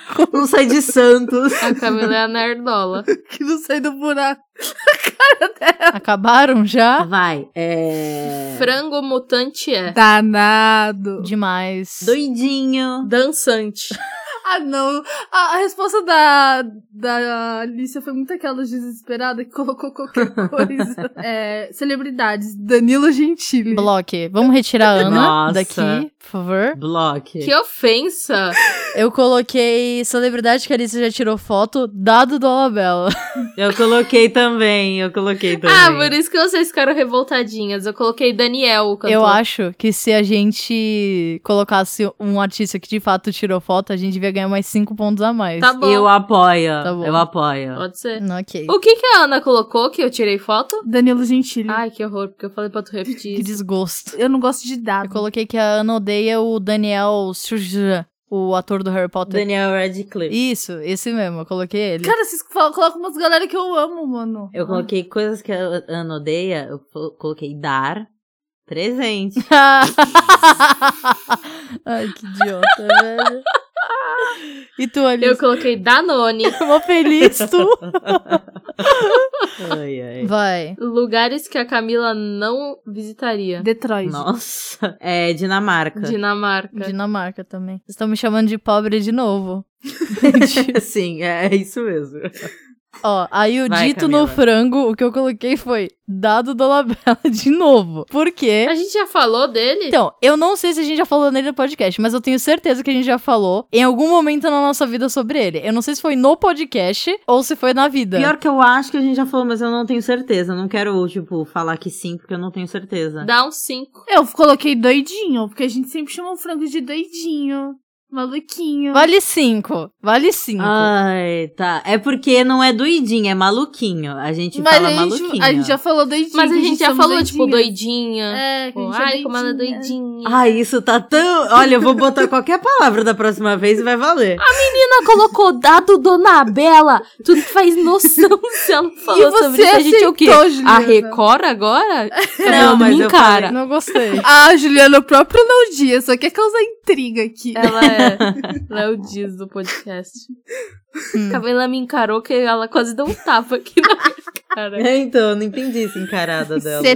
Speaker 4: Tipo, Não sai de Santos.
Speaker 5: A Camila é a nerdola.
Speaker 2: que não sai do buraco.
Speaker 3: Acabaram já?
Speaker 4: Vai, é.
Speaker 5: Frango mutante é.
Speaker 2: Danado.
Speaker 3: Demais.
Speaker 4: Doidinho.
Speaker 5: Dançante.
Speaker 2: Ah, não. A, a resposta da, da Alicia foi muito aquela desesperada que colocou qualquer coisa. É, celebridades. Danilo Gentili.
Speaker 3: Bloque. Vamos retirar a Ana
Speaker 4: Nossa.
Speaker 3: daqui, por favor.
Speaker 4: Block.
Speaker 5: Que ofensa.
Speaker 3: Eu coloquei celebridade que a Alice já tirou foto, dado do Alabella.
Speaker 4: Eu coloquei também, eu coloquei também.
Speaker 5: Ah, por isso que vocês ficaram revoltadinhas. Eu coloquei Daniel, o cantor.
Speaker 3: Eu acho que se a gente colocasse um artista que de fato tirou foto, a gente devia ganhar mais 5 pontos a mais.
Speaker 5: Tá bom.
Speaker 4: Eu apoio,
Speaker 3: Tá bom.
Speaker 4: eu apoio.
Speaker 5: Pode ser.
Speaker 3: Não, Ok.
Speaker 5: O que que a Ana colocou que eu tirei foto?
Speaker 2: Danilo Gentili.
Speaker 5: Ai, que horror, porque eu falei pra tu repetir.
Speaker 3: Que desgosto.
Speaker 2: Eu não gosto de
Speaker 3: Eu
Speaker 2: dado.
Speaker 3: coloquei que a Ana odeia o Daniel Sujan, o ator do Harry Potter.
Speaker 4: Daniel Radcliffe.
Speaker 3: Isso, esse mesmo, eu coloquei ele.
Speaker 2: Cara, vocês fal- colocam umas
Speaker 3: ah.
Speaker 2: galera que eu amo, mano.
Speaker 4: Eu coloquei coisas que a Ana odeia, eu col- coloquei dar, Presente.
Speaker 3: Ai, que idiota, velho. E tu, Alice?
Speaker 5: Eu coloquei Danone,
Speaker 3: Mó feliz, tu.
Speaker 4: Ai, ai.
Speaker 3: Vai.
Speaker 5: lugares que a Camila não visitaria.
Speaker 2: Detroit.
Speaker 4: Nossa. É Dinamarca.
Speaker 5: Dinamarca.
Speaker 3: Dinamarca também. Vocês estão me chamando de pobre de novo.
Speaker 4: Sim, é isso mesmo.
Speaker 3: Ó, aí o
Speaker 4: Vai,
Speaker 3: dito
Speaker 4: Camila.
Speaker 3: no frango, o que eu coloquei foi dado Dolabella de novo. Por quê?
Speaker 5: A gente já falou dele?
Speaker 3: Então, eu não sei se a gente já falou nele no podcast, mas eu tenho certeza que a gente já falou em algum momento na nossa vida sobre ele. Eu não sei se foi no podcast ou se foi na vida.
Speaker 4: Pior que eu acho que a gente já falou, mas eu não tenho certeza. Não quero, tipo, falar que sim, porque eu não tenho certeza.
Speaker 5: Dá um 5.
Speaker 2: Eu coloquei doidinho, porque a gente sempre chama o frango de doidinho. Maluquinho.
Speaker 3: Vale cinco. Vale cinco.
Speaker 5: Ah,
Speaker 4: Ai, tá. É porque não é doidinho, é maluquinho. A gente
Speaker 2: Mas
Speaker 4: fala
Speaker 2: a
Speaker 4: maluquinho.
Speaker 2: gente, a gente já falou doidinho.
Speaker 5: Mas a
Speaker 2: que
Speaker 5: gente já
Speaker 2: somos
Speaker 5: falou, tipo,
Speaker 2: doidinhas.
Speaker 5: doidinha.
Speaker 2: É, que a
Speaker 5: Tipo,
Speaker 2: gente é
Speaker 5: Ai, como ela é
Speaker 2: doidinha.
Speaker 5: doidinha.
Speaker 4: Ai, isso tá tão. Olha, eu vou botar qualquer palavra da próxima vez e vai valer.
Speaker 5: Ela colocou dado Dona Bela. Tu não faz noção se ela falou sobre isso. A gente é o quê?
Speaker 2: aceitou, Juliana?
Speaker 5: A Record agora?
Speaker 4: Não, mas eu
Speaker 5: cara.
Speaker 3: Não gostei.
Speaker 2: Ah, Juliana, o próprio não dia, só quer causar intriga aqui.
Speaker 5: Ela é Léo Dias do podcast.
Speaker 3: Hum.
Speaker 5: Camila me encarou que ela quase deu um tapa aqui na minha cara.
Speaker 4: É, então, eu não entendi essa encarada dela.
Speaker 2: tá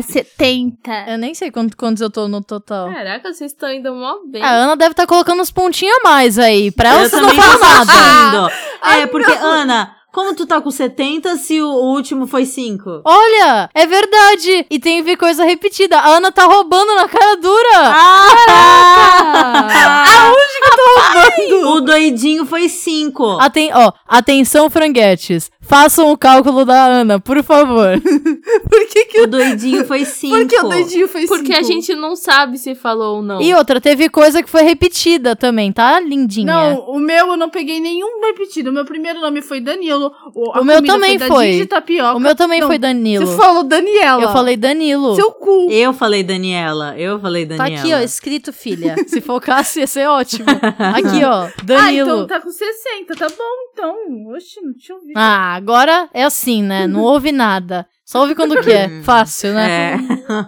Speaker 2: 70, 70.
Speaker 3: Eu nem sei quanto- quantos eu tô no total. Ah,
Speaker 5: Caraca, vocês estão indo mó bem.
Speaker 3: A Ana deve estar colocando uns pontinhos a mais aí. Pra ela,
Speaker 4: eu
Speaker 3: vocês não
Speaker 4: também
Speaker 3: falam
Speaker 4: tô
Speaker 3: nada.
Speaker 4: sentindo. É, porque, Ana, como tu tá com 70 se o último foi 5?
Speaker 3: Olha, é verdade. E tem que ver coisa repetida. A Ana tá roubando na cara dura.
Speaker 5: Ah,
Speaker 4: O doidinho foi 5.
Speaker 3: Aten ó, atenção, franguetes. Façam o cálculo da Ana, por favor.
Speaker 2: Por que que
Speaker 4: O doidinho foi 5.
Speaker 2: Por que o doidinho foi
Speaker 5: porque
Speaker 2: cinco?
Speaker 5: a gente não sabe se falou ou não.
Speaker 3: E outra, teve coisa que foi repetida também, tá, lindinha?
Speaker 2: Não, o meu eu não peguei nenhum repetido. O meu primeiro nome foi Danilo. O, a
Speaker 3: O meu
Speaker 2: comida
Speaker 3: também
Speaker 2: foi. Da
Speaker 3: foi.
Speaker 2: Didi Tapioca.
Speaker 3: o meu também
Speaker 2: Não,
Speaker 3: foi Danilo.
Speaker 2: Você falou Daniela.
Speaker 3: Eu falei Danilo.
Speaker 2: Seu cu.
Speaker 4: Eu falei Daniela, eu falei
Speaker 3: Tá
Speaker 4: Daniela.
Speaker 3: aqui, ó, escrito, filha. Se focasse, ia ser ótimo. Aqui, ó,
Speaker 2: Ah,
Speaker 3: Danilo.
Speaker 2: então tá com 60. Tá bom, então. Oxe, não tinha ouvido.
Speaker 3: Ah, agora é assim, né? Não ouve nada. Só ouve quando quer. Fácil, né?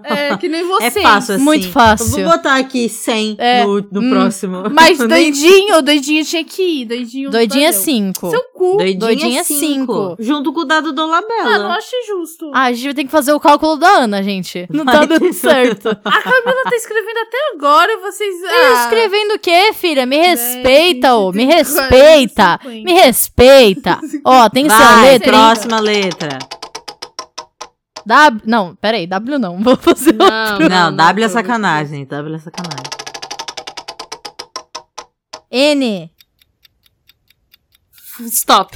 Speaker 4: É,
Speaker 2: É, que nem
Speaker 4: é
Speaker 2: você.
Speaker 4: fácil assim.
Speaker 3: Muito
Speaker 4: Eu
Speaker 3: fácil.
Speaker 4: Vou botar aqui 100
Speaker 3: É,
Speaker 4: no, no
Speaker 3: hum,
Speaker 4: próximo.
Speaker 2: Mas
Speaker 4: Nem-
Speaker 2: doidinho, o doidinho tinha que ir. Doidinho
Speaker 3: Doidinha é
Speaker 2: valeu.
Speaker 3: 5.
Speaker 2: Seu cu.
Speaker 4: Doidinho
Speaker 3: Doidinho
Speaker 4: é
Speaker 3: é
Speaker 4: 5.
Speaker 3: cinco.
Speaker 4: Junto com o dado do
Speaker 2: Ah, não
Speaker 4: Labela.
Speaker 2: acho justo.
Speaker 3: é Ah, a gente tem que fazer o cálculo da Ana, gente. Não tá dando certo.
Speaker 2: A Camila tá escrevendo até agora e vocês...
Speaker 3: Tá
Speaker 2: Ah,
Speaker 3: escrevendo o quê, filha? Me
Speaker 2: gente,
Speaker 3: respeita, ô. Me
Speaker 2: tem
Speaker 3: respeita.
Speaker 2: 40, 50.
Speaker 3: Me respeita. Ó, atenção,
Speaker 4: Vai,
Speaker 3: letra, hein?
Speaker 4: próxima letra.
Speaker 3: W... Não, peraí, W não. Vou fazer.
Speaker 5: Não,
Speaker 4: Não, W é
Speaker 5: foi.
Speaker 4: sacanagem. W é sacanagem.
Speaker 3: N.
Speaker 5: Stop.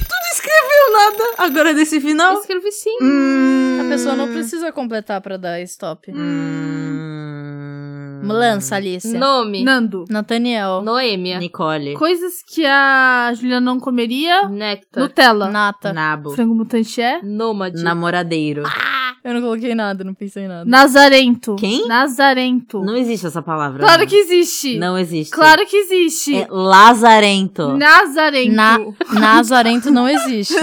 Speaker 4: Agora desse
Speaker 5: Eu
Speaker 4: final.
Speaker 5: escrevi sim.
Speaker 3: é A pessoa não precisa completar pra dar stop.
Speaker 4: Hum.
Speaker 3: Lança, Alice.
Speaker 5: Nome.
Speaker 2: Nando.
Speaker 3: Nathaniel.
Speaker 5: Noêmia.
Speaker 4: Nicole.
Speaker 2: Coisas que a Juliana não comeria.
Speaker 5: Néctar.
Speaker 2: Nutella.
Speaker 3: Nata.
Speaker 4: Nabo.
Speaker 2: Frango mutante é?
Speaker 5: Nômade.
Speaker 4: Namoradeiro.
Speaker 3: Eu não coloquei nada, não pensei em nada.
Speaker 2: Nazarento.
Speaker 4: Quem?
Speaker 2: Nazarento.
Speaker 4: Não existe essa palavra.
Speaker 2: Claro
Speaker 4: Ana.
Speaker 2: que existe.
Speaker 4: Não existe.
Speaker 2: Claro que existe.
Speaker 4: É Lazarento.
Speaker 2: Nazarento.
Speaker 3: Na- Nazarento não existe.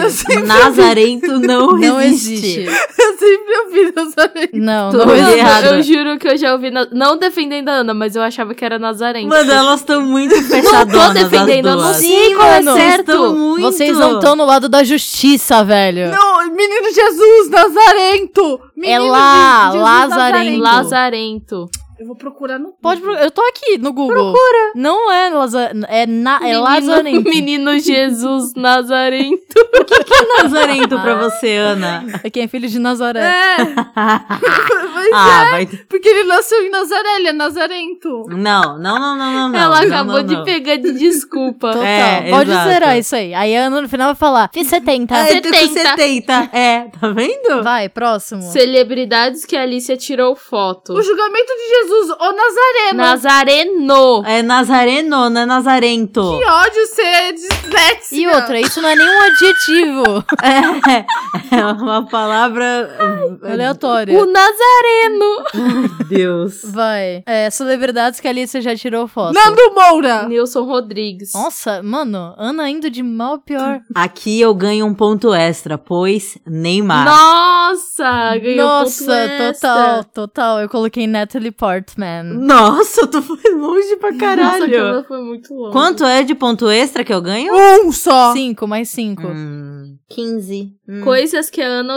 Speaker 4: Nazarento não,
Speaker 3: Não
Speaker 4: existe.
Speaker 3: existe.
Speaker 2: Eu sempre ouvi Nazarento.
Speaker 3: Não,
Speaker 4: Tô
Speaker 3: não
Speaker 5: Mano,
Speaker 3: existe.
Speaker 4: errado.
Speaker 5: eu juro que eu já ouvi. na- Não defendendo a Ana, mas eu achava que era Nazarento.
Speaker 4: Mano, elas estão muito fechadonas. as
Speaker 5: defendendo, eu não
Speaker 4: duas.
Speaker 5: sei qual é
Speaker 4: Vocês
Speaker 5: certo.
Speaker 4: tão muito-
Speaker 3: Vocês não estão no lado da justiça, velho.
Speaker 2: Não, menino Jesus, Nazarento.
Speaker 3: É
Speaker 2: Menino
Speaker 3: lá,
Speaker 2: Jesus,
Speaker 3: Lazarento.
Speaker 5: Lazarento.
Speaker 2: Eu vou procurar no...
Speaker 3: Pode, pro- eu tô aqui no Google. Procura. Não é Lazarento. É, na, é Lazarento.
Speaker 5: Menino Jesus Nazarento.
Speaker 4: Lazarento pra você, Ana.
Speaker 3: É quem é filho de Nazaré.
Speaker 2: É, mas
Speaker 4: ah, vai.
Speaker 2: porque ele nasceu em Nazaré, ele é Nazarento.
Speaker 4: Não, não, não, não, não. não.
Speaker 5: Ela
Speaker 4: Não,
Speaker 5: acabou
Speaker 4: não,
Speaker 5: de
Speaker 4: não.
Speaker 5: pegar de desculpa.
Speaker 3: Total.
Speaker 4: É,
Speaker 3: Pode
Speaker 4: exato.
Speaker 3: zerar isso aí. Aí a Ana no final vai falar: fiz 70.
Speaker 4: É, tô com
Speaker 5: 70.
Speaker 4: 70. É, tá vendo?
Speaker 3: Vai, próximo.
Speaker 5: Celebridades que a Alicia tirou foto.
Speaker 2: O julgamento de Jesus, ô Nazareno.
Speaker 5: Nazareno.
Speaker 4: É Nazareno, não é Nazarento.
Speaker 2: Que ódio ser disléxica.
Speaker 3: E outra, isso não é nenhum adjetivo
Speaker 4: É, é uma palavra.
Speaker 3: aleatório.
Speaker 5: O Nazareno. Bueno,
Speaker 4: Deus.
Speaker 3: Vai. É, celebridades que a Alicia já tirou foto.
Speaker 2: Nando Moura!
Speaker 5: Nilson Rodrigues.
Speaker 3: Nossa, mano, Ana indo de mal a pior.
Speaker 4: Aqui eu ganho um ponto extra, pois Neymar.
Speaker 5: Nossa, ganhou
Speaker 3: Nossa,
Speaker 5: ponto extra.
Speaker 3: total, total. Eu coloquei Natalie Portman.
Speaker 4: Nossa, tu foi longe pra
Speaker 5: Nossa,
Speaker 4: caralho.
Speaker 5: aquela foi muito longa.
Speaker 4: Quanto é de ponto extra que eu ganho?
Speaker 3: Uh!
Speaker 2: Um só!
Speaker 3: Cinco, mais cinco.
Speaker 4: Hum, 15. Hum.
Speaker 5: Coisas que a Ana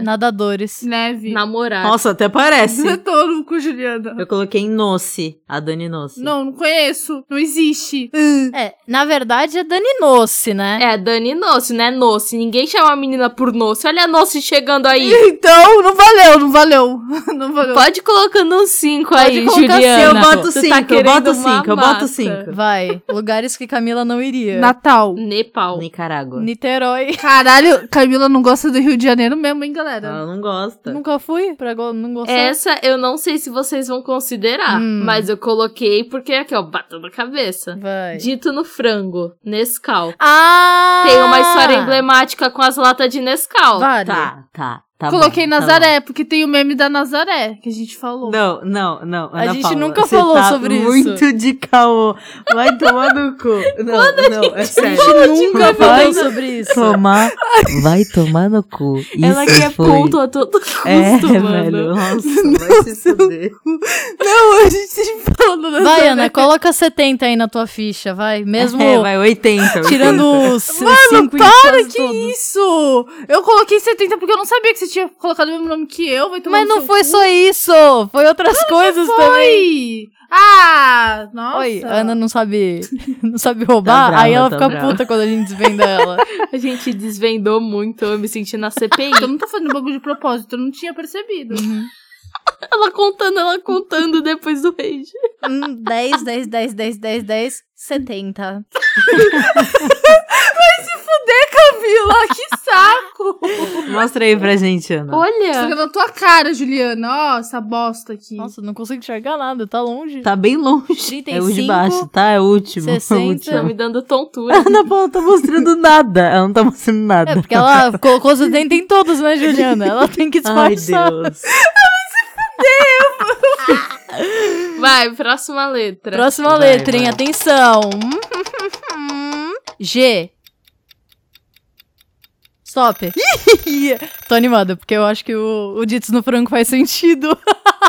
Speaker 3: Nadadores.
Speaker 5: Hum.
Speaker 2: Neve.
Speaker 5: Namorar.
Speaker 4: Nossa, até parece.
Speaker 2: Tô no cu, Juliana.
Speaker 4: Eu coloquei Noce, a Dani Noce.
Speaker 2: Não, não conheço. Não existe.
Speaker 3: É, na verdade é Dani Noce, né?
Speaker 5: É, Dani Noce, né? Noce. Ninguém chama a menina por Noce. Olha a Noce chegando aí.
Speaker 2: Então, não valeu, não valeu. Não valeu.
Speaker 5: Pode colocando um 5 aí,
Speaker 3: colocar
Speaker 5: Juliana.
Speaker 3: seu,
Speaker 4: Eu
Speaker 3: Ana,
Speaker 4: boto
Speaker 5: tu tá
Speaker 4: 5, eu
Speaker 5: querendo
Speaker 4: boto
Speaker 5: uma
Speaker 4: 5, eu
Speaker 5: massa.
Speaker 4: boto 5.
Speaker 3: Vai. Lugares que Camila não iria.
Speaker 2: Natal.
Speaker 5: Nepal.
Speaker 4: Nicarágua.
Speaker 3: Niterói.
Speaker 2: Caralho, Camila não gosta do Rio de Janeiro mesmo, hein, galera?
Speaker 4: Ela não gosta.
Speaker 3: Nunca fui pra go- não gostar.
Speaker 5: Essa eu não sei se vocês vão considerar,
Speaker 3: Hum.
Speaker 5: mas eu coloquei porque é aqui, ó, bateu na cabeça.
Speaker 3: Vai.
Speaker 5: Dito no frango, Nescau.
Speaker 3: Ah!
Speaker 5: Tem uma história emblemática com as latas de Nescau.
Speaker 3: Vale.
Speaker 4: Tá, tá, tá bom,
Speaker 2: Coloquei
Speaker 4: tá
Speaker 2: Nazaré, porque tem o meme da Nazaré que a gente falou.
Speaker 4: bom. Não, não, não.
Speaker 3: A
Speaker 4: Ana
Speaker 3: gente
Speaker 4: Paula,
Speaker 3: nunca
Speaker 4: você
Speaker 3: falou
Speaker 4: tá
Speaker 3: sobre isso.
Speaker 4: Muito de caô. Vai tomar no cu. Não, não, é
Speaker 3: A
Speaker 4: sério.
Speaker 3: gente nunca
Speaker 4: vai
Speaker 3: falou sobre isso.
Speaker 4: tomar. Vai tomar no cu. Isso
Speaker 5: Ela quer
Speaker 4: foi...
Speaker 5: ponto a todo custo,
Speaker 4: É,
Speaker 5: mano.
Speaker 4: velho. Nossa, vai se fuder.
Speaker 2: Não, a gente sempre falando da
Speaker 3: Vai, Ana, coloca 70 aí na tua ficha, vai. Mesmo
Speaker 4: É, vai 80.
Speaker 3: tirando os 5 para que
Speaker 2: Isso! Eu coloquei 70 porque eu não sabia que você tinha colocado o mesmo nome que eu. Vai tomar
Speaker 3: Mas
Speaker 2: no
Speaker 3: não
Speaker 2: seu
Speaker 3: foi
Speaker 2: cu.
Speaker 3: só isso, foi outras coisas também.
Speaker 2: Foi! Ah! Nossa!
Speaker 3: Oi, a Ana não sabe, não sabe roubar,
Speaker 4: Tá brava,
Speaker 3: aí ela
Speaker 4: tá
Speaker 3: fica
Speaker 4: brava.
Speaker 3: puta quando a gente desvenda ela.
Speaker 5: A gente desvendou muito, eu me senti na CPI.
Speaker 2: Eu não tô fazendo bagulho de propósito, eu não tinha percebido.
Speaker 5: ela contando, ela contando depois do rage.
Speaker 4: Um,
Speaker 3: Hum, 10, 10, 10, 10, 10, 10, 70.
Speaker 2: Camila, que saco!
Speaker 4: Mostra aí pra gente, Ana.
Speaker 2: Isso
Speaker 5: Olha,
Speaker 2: aqui na tua cara, Juliana. Ó, essa bosta aqui.
Speaker 3: Nossa, não consigo enxergar nada, tá longe.
Speaker 4: Tá bem longe. é o de
Speaker 3: 35,
Speaker 4: baixo, tá? É o último. é o
Speaker 3: 60.
Speaker 5: tá
Speaker 4: último.
Speaker 5: me dando tontura.
Speaker 4: A Ana Paula tá mostrando nada. Ela não tá mostrando nada.
Speaker 3: É, porque ela colocou os dentes em todos, né, Juliana? Ela tem que
Speaker 4: Ai,
Speaker 3: disfarçar.
Speaker 4: Deus.
Speaker 5: Vai, próxima letra.
Speaker 3: Próxima
Speaker 4: Vai,
Speaker 3: letra, hein?
Speaker 4: vai.
Speaker 3: Atenção. G. Stop. Tô animada, porque eu acho que o, o Dits no frango faz sentido.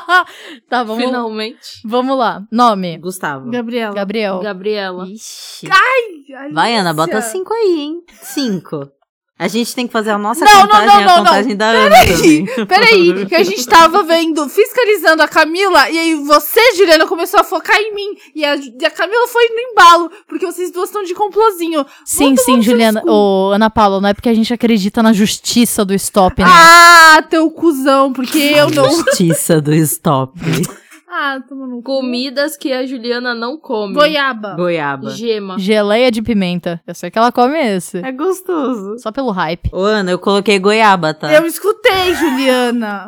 Speaker 3: tá, vamos,
Speaker 5: Finalmente.
Speaker 3: vamos lá. Nome.
Speaker 4: É, Gustavo.
Speaker 2: Gabriela.
Speaker 3: Gabriel.
Speaker 5: Gabriela.
Speaker 4: Ixi.
Speaker 2: Alicia.
Speaker 4: Vai, Ana, bota assim. 5 aí, hein? 5. A gente tem que fazer a nossa
Speaker 2: Não, não,
Speaker 4: contagem
Speaker 2: não,
Speaker 4: e
Speaker 2: não,
Speaker 4: a
Speaker 2: não.
Speaker 4: contagem da Ana também.
Speaker 2: Peraí, que a gente tava vendo, fiscalizando a Camila, e aí você, Juliana, começou a focar em mim. E a, e a Camila foi no embalo, porque vocês duas estão de complozinho.
Speaker 3: Sim, sim, Juliana. Ô, Ana Paula, não é porque a gente acredita na justiça do stop, né?
Speaker 2: Ah, teu cuzão, porque eu não.
Speaker 4: Justiça do stop.
Speaker 2: Ah, toma no cu.
Speaker 5: Comidas que a Juliana não come.
Speaker 2: Goiaba.
Speaker 4: Goiaba.
Speaker 5: Gema.
Speaker 3: Geleia de pimenta. Eu sei que ela come esse.
Speaker 4: É gostoso.
Speaker 3: Só pelo hype.
Speaker 4: Ô, Ana, eu coloquei goiaba, tá?
Speaker 2: Eu escutei, Juliana.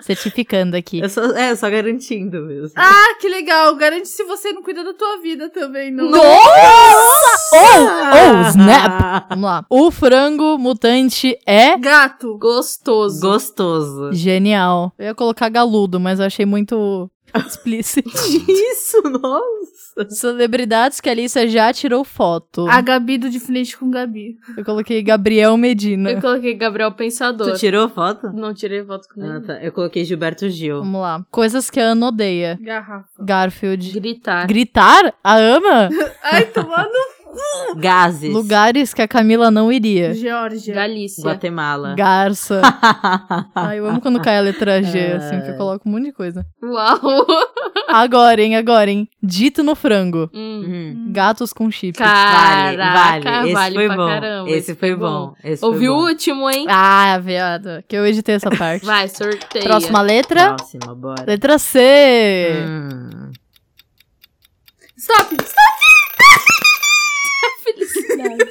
Speaker 3: Certificando aqui.
Speaker 4: Eu só, é, só garantindo mesmo.
Speaker 2: Ah, que legal. Garante se você não cuida da tua vida também, não.
Speaker 4: Ah,
Speaker 3: Oh, oh, snap! Vamos lá. O frango mutante é
Speaker 2: Gato.
Speaker 5: Gostoso.
Speaker 4: Gostoso.
Speaker 3: Genial. Eu ia colocar galudo, mas eu achei muito explícito.
Speaker 4: Isso, nossa.
Speaker 3: Celebridades que a Alicia já tirou foto.
Speaker 5: Ah.
Speaker 2: A Gabi do de frente com Gabi.
Speaker 3: Eu coloquei Gabriel Medina.
Speaker 5: Eu coloquei Gabriel Pensador.
Speaker 4: Tu tirou foto?
Speaker 5: Não tirei voto com
Speaker 4: Ah,
Speaker 5: ninguém.
Speaker 4: tá. Eu coloquei Gilberto Gil.
Speaker 3: Vamos lá. Coisas que a Ana odeia.
Speaker 2: Garrafa.
Speaker 4: tá.
Speaker 3: Garfield.
Speaker 5: Gritar.
Speaker 3: Gritar? A Ana?
Speaker 2: Ai, tomando.
Speaker 4: Gases.
Speaker 3: Lugares que a Camila não iria.
Speaker 2: Georgia.
Speaker 5: Galícia.
Speaker 4: Guatemala.
Speaker 3: Garça. Ai, eu amo quando cai a letra G, assim, que eu coloco um monte de coisa.
Speaker 5: Uau.
Speaker 3: Agora, hein, agora, hein. Dito no frango.
Speaker 5: Hum.
Speaker 4: Hum.
Speaker 3: Gatos com chip.
Speaker 4: Vale,
Speaker 5: Caraca,
Speaker 4: vale. Esse
Speaker 5: vale
Speaker 4: foi
Speaker 5: pra
Speaker 4: bom.
Speaker 5: caramba.
Speaker 4: Esse foi bom. Esse foi
Speaker 5: Ouviu
Speaker 4: bom.
Speaker 5: o último, hein?
Speaker 3: Ah, viado. Que eu editei essa parte.
Speaker 5: Vai, sorteia.
Speaker 3: Próxima letra.
Speaker 4: Próxima, bora.
Speaker 3: Letra C.
Speaker 4: Hum.
Speaker 2: Stop.
Speaker 5: Felicidade.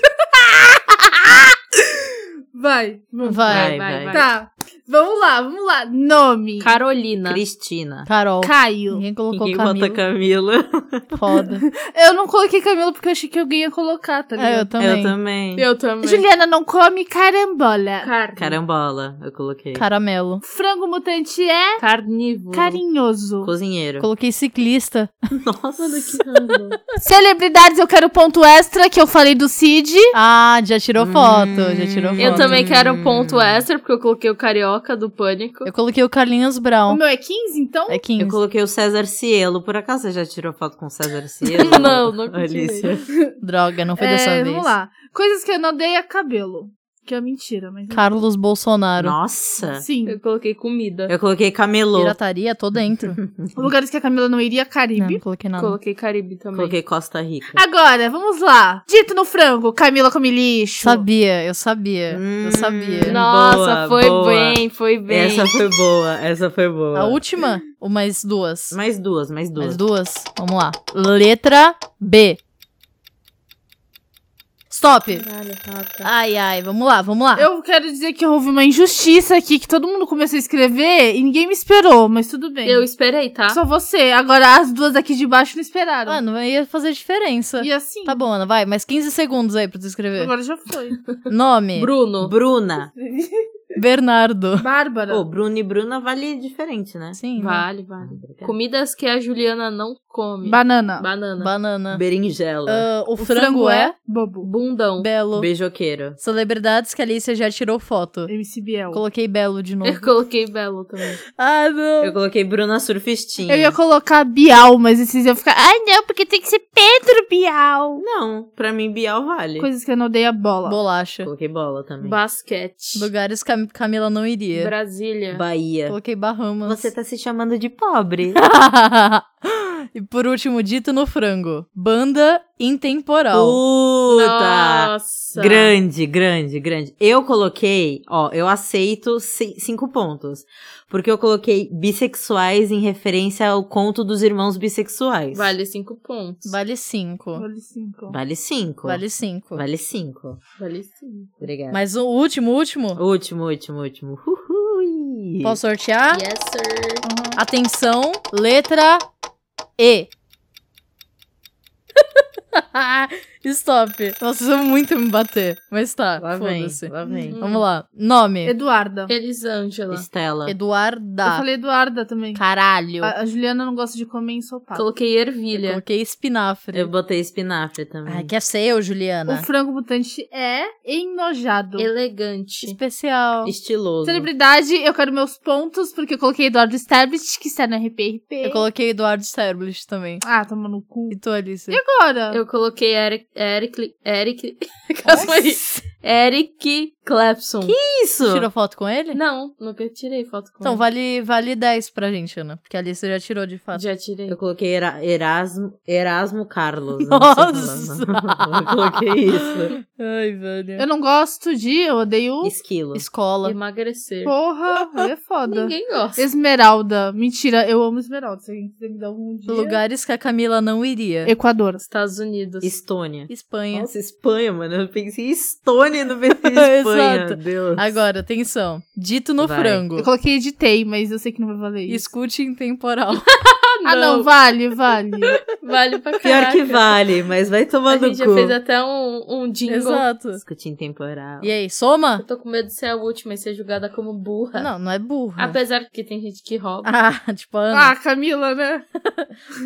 Speaker 2: Vai.
Speaker 3: Vai.
Speaker 5: Vai, vai, vai.
Speaker 2: Tá. Vamos lá, vamos lá. Nome.
Speaker 5: Carolina.
Speaker 4: Cristina.
Speaker 3: Carol.
Speaker 2: Caio.
Speaker 3: Ninguém colocou
Speaker 4: Ninguém
Speaker 3: Camila.
Speaker 4: bota Camila.
Speaker 3: Foda.
Speaker 2: Eu não coloquei Camila porque eu achei que alguém ia colocar, tá
Speaker 3: É, eu
Speaker 2: ligado?
Speaker 3: também.
Speaker 4: Eu também.
Speaker 5: Eu também.
Speaker 2: Juliana não come carambola.
Speaker 5: Carne.
Speaker 4: Carambola, eu coloquei.
Speaker 3: Caramelo.
Speaker 2: Frango mutante é
Speaker 5: Carnívoro.
Speaker 2: carinhoso.
Speaker 4: Cozinheiro.
Speaker 3: Coloquei ciclista.
Speaker 4: Nossa.
Speaker 2: Celebridades, eu quero ponto extra que eu falei do Cid.
Speaker 3: Ah, já tirou foto. Já tirou foto.
Speaker 5: Hum, Eu também
Speaker 4: Hum.
Speaker 5: quero um ponto extra, porque eu coloquei o carioca do pânico.
Speaker 3: Eu coloquei o Carlinhos
Speaker 2: O
Speaker 3: Brown.
Speaker 2: meu é 15, então?
Speaker 3: É 15.
Speaker 4: Eu coloquei o César Cielo. Por acaso você já tirou foto com o César Cielo?
Speaker 5: Não, não
Speaker 4: Alicia.
Speaker 3: Droga, não foi
Speaker 2: É,
Speaker 3: dessa vez.
Speaker 2: Vamos lá. Coisas que eu não dei é cabelo. Que é mentira, mas.
Speaker 3: Carlos Bolsonaro.
Speaker 4: Nossa.
Speaker 2: Sim.
Speaker 5: Eu coloquei comida.
Speaker 4: Eu coloquei camelô.
Speaker 3: Pirataria, tô dentro.
Speaker 2: Lugares que a Camila não iria,
Speaker 3: não,
Speaker 2: Caribe.
Speaker 3: não coloquei nada.
Speaker 5: Coloquei Caribe também.
Speaker 4: Coloquei Costa
Speaker 2: Ah,
Speaker 4: Rica.
Speaker 2: Agora, vamos lá. Dito no frango, Camila come lixo.
Speaker 3: Sabia, eu sabia.
Speaker 4: Hum,
Speaker 3: eu sabia.
Speaker 4: Boa,
Speaker 5: Nossa, foi
Speaker 4: boa.
Speaker 5: bem, foi bem.
Speaker 4: Essa foi boa, essa foi boa.
Speaker 3: A última ou mais duas?
Speaker 4: Mais duas, mais duas.
Speaker 3: Mais duas? Vamos lá. Letra B. Stop.
Speaker 5: Caralho, Renata.
Speaker 3: Ai, ai, vamos lá, vamos lá.
Speaker 2: Eu quero dizer que houve uma injustiça aqui que todo mundo começou a escrever e ninguém me esperou, mas tudo bem.
Speaker 5: Eu esperei, tá?
Speaker 2: Só você. Agora as duas aqui de baixo não esperaram.
Speaker 3: Ah, não ia fazer diferença.
Speaker 2: e assim,
Speaker 3: Tá bom, Ana, vai. Mais 15 segundos aí pra tu escrever.
Speaker 2: agora já foi.
Speaker 3: Nome.
Speaker 5: Bruno.
Speaker 4: Bruna.
Speaker 3: Bernardo.
Speaker 2: Bárbara.
Speaker 4: Pô, Bruno e Bruna vale diferente, né?
Speaker 3: Sim. né?
Speaker 5: Vale, vale. Comidas que a Juliana não come.
Speaker 2: Banana.
Speaker 5: Banana.
Speaker 3: Banana.
Speaker 4: Berinjela.
Speaker 3: Ah, o, frango, é
Speaker 2: Bobo.
Speaker 5: Bundão.
Speaker 3: Belo.
Speaker 4: Beijoqueiro.
Speaker 3: Celebridades que a Alicia já tirou foto.
Speaker 2: MC Biel.
Speaker 3: Coloquei Belo de novo.
Speaker 5: Eu coloquei Belo também.
Speaker 3: ah, não.
Speaker 4: Eu coloquei Bruna Surfistinha.
Speaker 2: Eu ia colocar Bial, mas esses iam ficar. Ai, não, porque tem que ser Pedro Bial.
Speaker 4: Não, pra mim Bial vale.
Speaker 2: Coisas que eu não dei a bola.
Speaker 3: Bolacha.
Speaker 4: Coloquei bola também.
Speaker 5: Basquete.
Speaker 3: Lugares que a Camila não iria.
Speaker 5: Brasília.
Speaker 4: Bahia.
Speaker 3: Coloquei Bahamas.
Speaker 4: Você tá se chamando de pobre.
Speaker 3: e por último, dito no frango. Banda intemporal.
Speaker 4: Puta!
Speaker 3: Tá.
Speaker 5: Nossa.
Speaker 4: Grande, grande, grande. Eu coloquei, ó, eu aceito ci- cinco pontos. Porque eu coloquei bissexuais em referência ao conto dos irmãos bissexuais.
Speaker 5: Vale cinco pontos.
Speaker 3: Vale cinco.
Speaker 2: Vale cinco.
Speaker 4: Vale cinco.
Speaker 3: Vale cinco.
Speaker 4: Vale cinco.
Speaker 5: Vale cinco.
Speaker 4: Obrigada.
Speaker 3: Mas o último, o último.
Speaker 4: Último, último, último. Uhul.
Speaker 3: Posso sortear?
Speaker 5: Yes, sir.
Speaker 3: Atenção, letra E. Stop. Nossa, isso é muito me bater. Mas tá,
Speaker 4: Lá vem,
Speaker 3: foda-se. Hum,
Speaker 4: lá vem.
Speaker 5: Uhum.
Speaker 3: Vamos lá. Nome.
Speaker 2: Eduarda.
Speaker 5: Elisângela.
Speaker 4: Estela.
Speaker 2: Eu
Speaker 3: Eduarda.
Speaker 2: falei Eduarda também.
Speaker 3: Caralho.
Speaker 2: A, a Juliana não gosta de comer ensopado.
Speaker 5: Coloquei
Speaker 3: Eu
Speaker 5: ervilha.
Speaker 3: coloquei espinafre.
Speaker 4: Eu botei espinafre também.
Speaker 3: Ai, quer ser eu,
Speaker 2: O
Speaker 3: Juliana?
Speaker 2: frango mutante é enojado.
Speaker 5: Elegante.
Speaker 3: Especial.
Speaker 4: Estiloso.
Speaker 2: Celebridade, eu quero meus pontos, porque eu coloquei Eduardo Sterblich, que está no RPRP.
Speaker 3: Eu coloquei Eduardo Sterblich também.
Speaker 2: Ah, toma no cu.
Speaker 3: E tu, Alice?
Speaker 2: Agora.
Speaker 5: Eu coloquei Eric. Eric. Eric. Calma aí. Eric Clapson.
Speaker 4: Isso!
Speaker 3: Tirou foto com ele?
Speaker 5: Não, nunca tirei foto com
Speaker 3: Então,
Speaker 5: ele.
Speaker 3: vale, vale 10 pra gente, Ana. Porque a Alice já tirou de fato.
Speaker 5: Já tirei.
Speaker 4: Eu coloquei Era- Erasmo, Erasmo Carlos. eu não sei
Speaker 3: Nossa!
Speaker 4: falar. Eu coloquei isso.
Speaker 3: Ai, velho.
Speaker 2: Eu não gosto de, eu odeio.
Speaker 4: Esquilo.
Speaker 3: Escola.
Speaker 5: Emagrecer.
Speaker 2: Porra, aí é foda.
Speaker 5: Ninguém gosta.
Speaker 2: Esmeralda. Mentira, eu amo esmeralda. Se alguém quiser me dar um dia.
Speaker 3: Lugares que a Camila não iria.
Speaker 2: Equador.
Speaker 5: Estados Unidos.
Speaker 4: Estônia.
Speaker 3: Espanha.
Speaker 4: Nossa, Espanha, mano. Eu pensei em Estônia no pensei em Espanha.
Speaker 3: Exato.
Speaker 4: Deus.
Speaker 3: Agora, atenção. Dito no
Speaker 4: Vai.
Speaker 3: frango.
Speaker 2: Eu coloquei editei, mas eu sei que não vai valer isso.
Speaker 3: Escute em temporal.
Speaker 2: Ah, não, vale, vale.
Speaker 5: Vale pra
Speaker 4: Pior
Speaker 5: caraca.
Speaker 4: que vale, mas vai tomar
Speaker 5: A
Speaker 4: no
Speaker 5: gente já
Speaker 4: cu.
Speaker 5: fez até um, um jingle.
Speaker 3: Exato.
Speaker 4: Escutinho temporal.
Speaker 3: E aí, soma?
Speaker 5: Eu tô com medo de ser a última e ser julgada como
Speaker 2: Tá.
Speaker 5: burra.
Speaker 3: Não, não é burra.
Speaker 5: Apesar que tem gente que rouba.
Speaker 3: Ah, tipo, a Ana.
Speaker 2: Ah, Camila, né?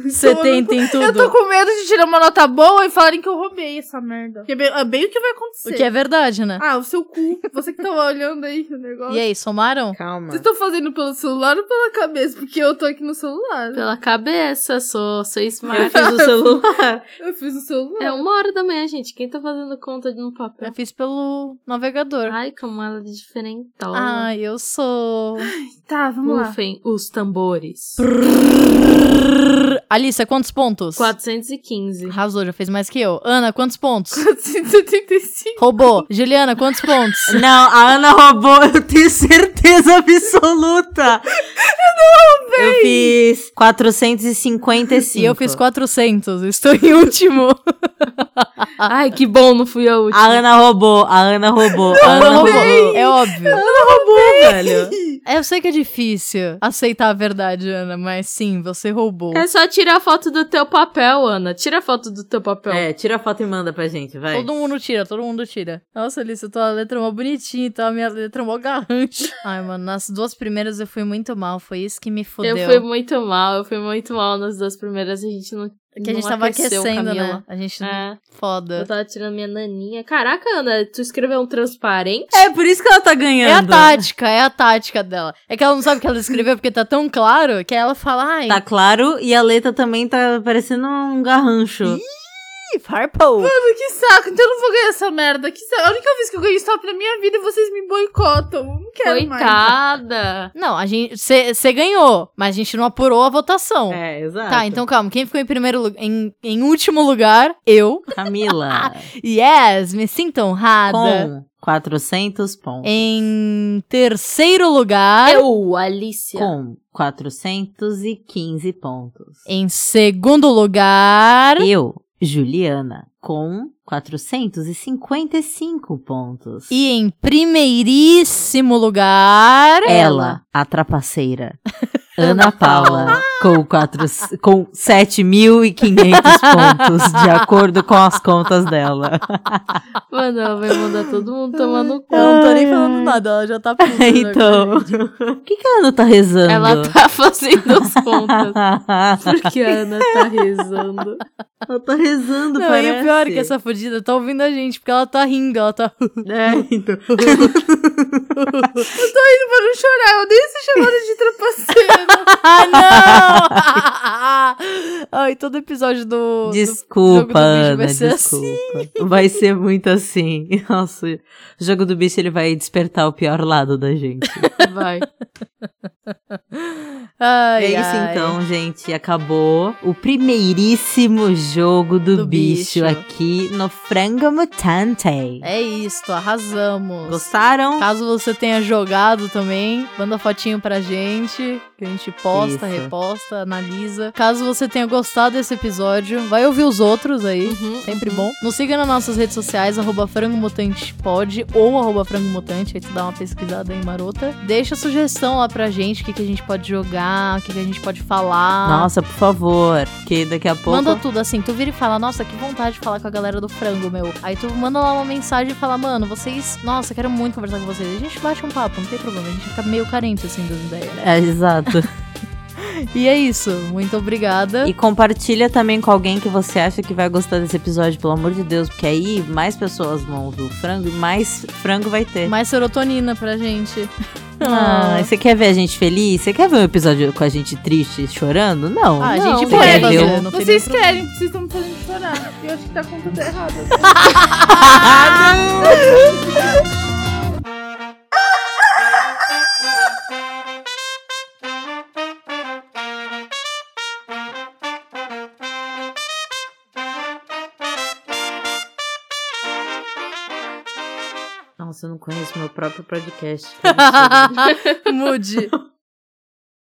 Speaker 3: 70 em
Speaker 2: Eu tô
Speaker 3: tudo.
Speaker 2: com medo de tirar uma nota boa e falarem que eu roubei essa merda. Que é bem, é bem o que vai acontecer.
Speaker 3: O que é verdade, né?
Speaker 2: Ah, o seu cu. Você que tava olhando aí o negócio.
Speaker 3: E aí, somaram?
Speaker 4: Calma.
Speaker 2: Vocês estão fazendo pelo celular ou pela cabeça? Porque eu tô aqui no celular.
Speaker 5: Pela cabeça, sou, sou
Speaker 4: Eu
Speaker 5: smart.
Speaker 4: fiz o celular.
Speaker 2: Eu fiz no celular.
Speaker 5: É uma hora da manhã, gente. Quem tá fazendo conta de um papel?
Speaker 3: Eu fiz pelo navegador.
Speaker 5: Ai, como ela é
Speaker 2: Ah,
Speaker 5: diferentosa.
Speaker 3: Ai, eu sou.
Speaker 2: Tá, vamos lá.
Speaker 5: Rufem os tambores.
Speaker 3: Alice, quantos pontos?
Speaker 5: 415.
Speaker 3: Arrasou, já fez mais que eu. Ana, quantos pontos?
Speaker 2: 175.
Speaker 3: Roubou. Juliana, quantos pontos?
Speaker 4: Não, a Ana roubou, eu tenho certeza absoluta. Eu não roubei. Eu fiz 455.
Speaker 3: E eu fiz 400. Estou em último.
Speaker 5: Ai, que bom, não fui a última. Tá
Speaker 4: A Ana roubou, a Ana roubou. a Ana roubou.
Speaker 3: É óbvio.
Speaker 4: roubou, velho.
Speaker 3: Eu sei que é difícil aceitar a verdade, Ana, mas sim, você roubou.
Speaker 5: É só tirar foto do teu papel, Ana. Tira foto do teu papel.
Speaker 4: É, tira a foto e manda pra gente,
Speaker 5: É
Speaker 4: vai.
Speaker 3: Todo mundo tira, todo mundo tira. Nossa, Alice, tua letra mó bonitinha, então a minha letra mó garrante. Ai, mano, nas duas primeiras eu fui muito mal, foi isso que me fodeu.
Speaker 5: Eu fui muito mal, eu fui muito mal nas duas primeiras. A gente não.
Speaker 3: É que a gente
Speaker 5: não
Speaker 3: tava
Speaker 5: aqueceu,
Speaker 3: aquecendo,
Speaker 5: Camila.
Speaker 3: né? Uhum. A gente
Speaker 5: É, eu
Speaker 3: foda.
Speaker 5: tava tirando minha naninha. Caraca, Ana, tu escreveu um transparente?
Speaker 4: É, por isso que ela tá
Speaker 3: É a
Speaker 4: ganhando.
Speaker 3: tática, é a tática dela. É que ela não sabe o que ela escreveu porque tá tão claro que ela fala, ai,
Speaker 4: Tá claro, e a letra também tá parecendo um garrancho.
Speaker 3: ih, farpou.
Speaker 2: Que saco, então eu não vou ganhar essa merda. Que saco. A única vez que eu ganhei stop na minha vida, vocês me boicotam. Eu Não quero mais.
Speaker 5: Coitada.
Speaker 3: Não, a gente, você ganhou, mas a gente não apurou a votação.
Speaker 4: É, exato.
Speaker 3: Tá, então calma. Quem ficou em primeiro lugar? Em, em último lugar, eu.
Speaker 4: Camila,
Speaker 3: Yes, me sinto honrada.
Speaker 4: com 400 pontos.
Speaker 3: Em terceiro lugar.
Speaker 5: Eu, Alicia.
Speaker 4: Com 415 pontos.
Speaker 3: Em segundo lugar.
Speaker 4: Eu, Juliana, com 455 pontos.
Speaker 3: E em primeiríssimo lugar.
Speaker 4: ela, a trapaceira, Ana Paula, com, quatro, com 7.500 pontos, de acordo com as contas dela.
Speaker 5: Mano, ela vai mandar todo mundo tomar no cu.
Speaker 3: Eu não tô nem falando nada, ela já tá puta, né,
Speaker 4: Então,
Speaker 3: com a gente.
Speaker 4: o que, que a Ana tá rezando?
Speaker 5: Ela tá fazendo as contas. Por que a Ana tá rezando?
Speaker 4: Ela tá rezando,
Speaker 3: Não, e o pior é que essa fodida tá ouvindo a gente, porque ela tá rindo, ela tá.
Speaker 4: É, então.
Speaker 2: Pra não chorar, eu odeio ser chamada de trapaceira.
Speaker 3: ah, não! Ai, todo episódio do. do-
Speaker 4: Desculpa,
Speaker 3: Ana,
Speaker 4: Ana,
Speaker 3: assim.
Speaker 4: desculpa. Vai ser muito assim. Nossa, o jogo do bicho ele vai despertar o pior lado da gente.
Speaker 5: Vai.
Speaker 3: Ai,
Speaker 4: é isso
Speaker 3: ai.
Speaker 4: então, gente. Acabou o primeiríssimo jogo do,
Speaker 3: Do bicho.
Speaker 4: bicho, aqui no Frango Mutante.
Speaker 3: É isso, Tá. arrasamos.
Speaker 4: Gostaram?
Speaker 3: Caso você tenha jogado também, manda fotinho pra gente, que a gente posta,
Speaker 4: Isso.
Speaker 3: reposta, analisa. Caso você tenha gostado desse episódio, vai ouvir os outros aí.
Speaker 5: Uhum,
Speaker 3: Sempre bom. Nos siga nas nossas redes sociais, arroba frangomutantepod ou arroba frangomutante, aí tu dá uma pesquisada aí marota. Deixa sugestão lá pra gente, o que, que a gente pode jogar, o que, que a gente pode falar.
Speaker 4: Nossa, por favor, que daqui a pouco.
Speaker 3: Manda tudo assim, tu vira e fala, nossa, que vontade de falar com a galera do frango, meu. Aí tu manda lá uma mensagem e fala, mano, vocês. Nossa, quero muito conversar com vocês. A gente bate um papo, não tem problema, a gente fica meio carente assim das ideias. né?
Speaker 4: É, exato.
Speaker 3: E é isso, muito obrigada.
Speaker 4: E compartilha também com alguém que você acha que vai gostar desse episódio, pelo amor de Deus, porque aí mais pessoas vão ouvir o frango e mais frango vai ter.
Speaker 3: Mais serotonina pra gente.
Speaker 4: Ah, você quer ver a gente feliz? Você quer ver um episódio com a gente triste, chorando? Não.
Speaker 3: Ah, a
Speaker 5: não,
Speaker 3: gente
Speaker 4: você
Speaker 3: pode
Speaker 4: quer
Speaker 3: fazer.
Speaker 4: ver
Speaker 3: não tem
Speaker 4: um-
Speaker 3: nenhum
Speaker 2: Vocês
Speaker 3: problema.
Speaker 2: querem, vocês estão me fazendo chorar. Eu acho que tá com tudo errado.
Speaker 4: Nossa, eu não conheço meu próprio podcast.
Speaker 3: Mude.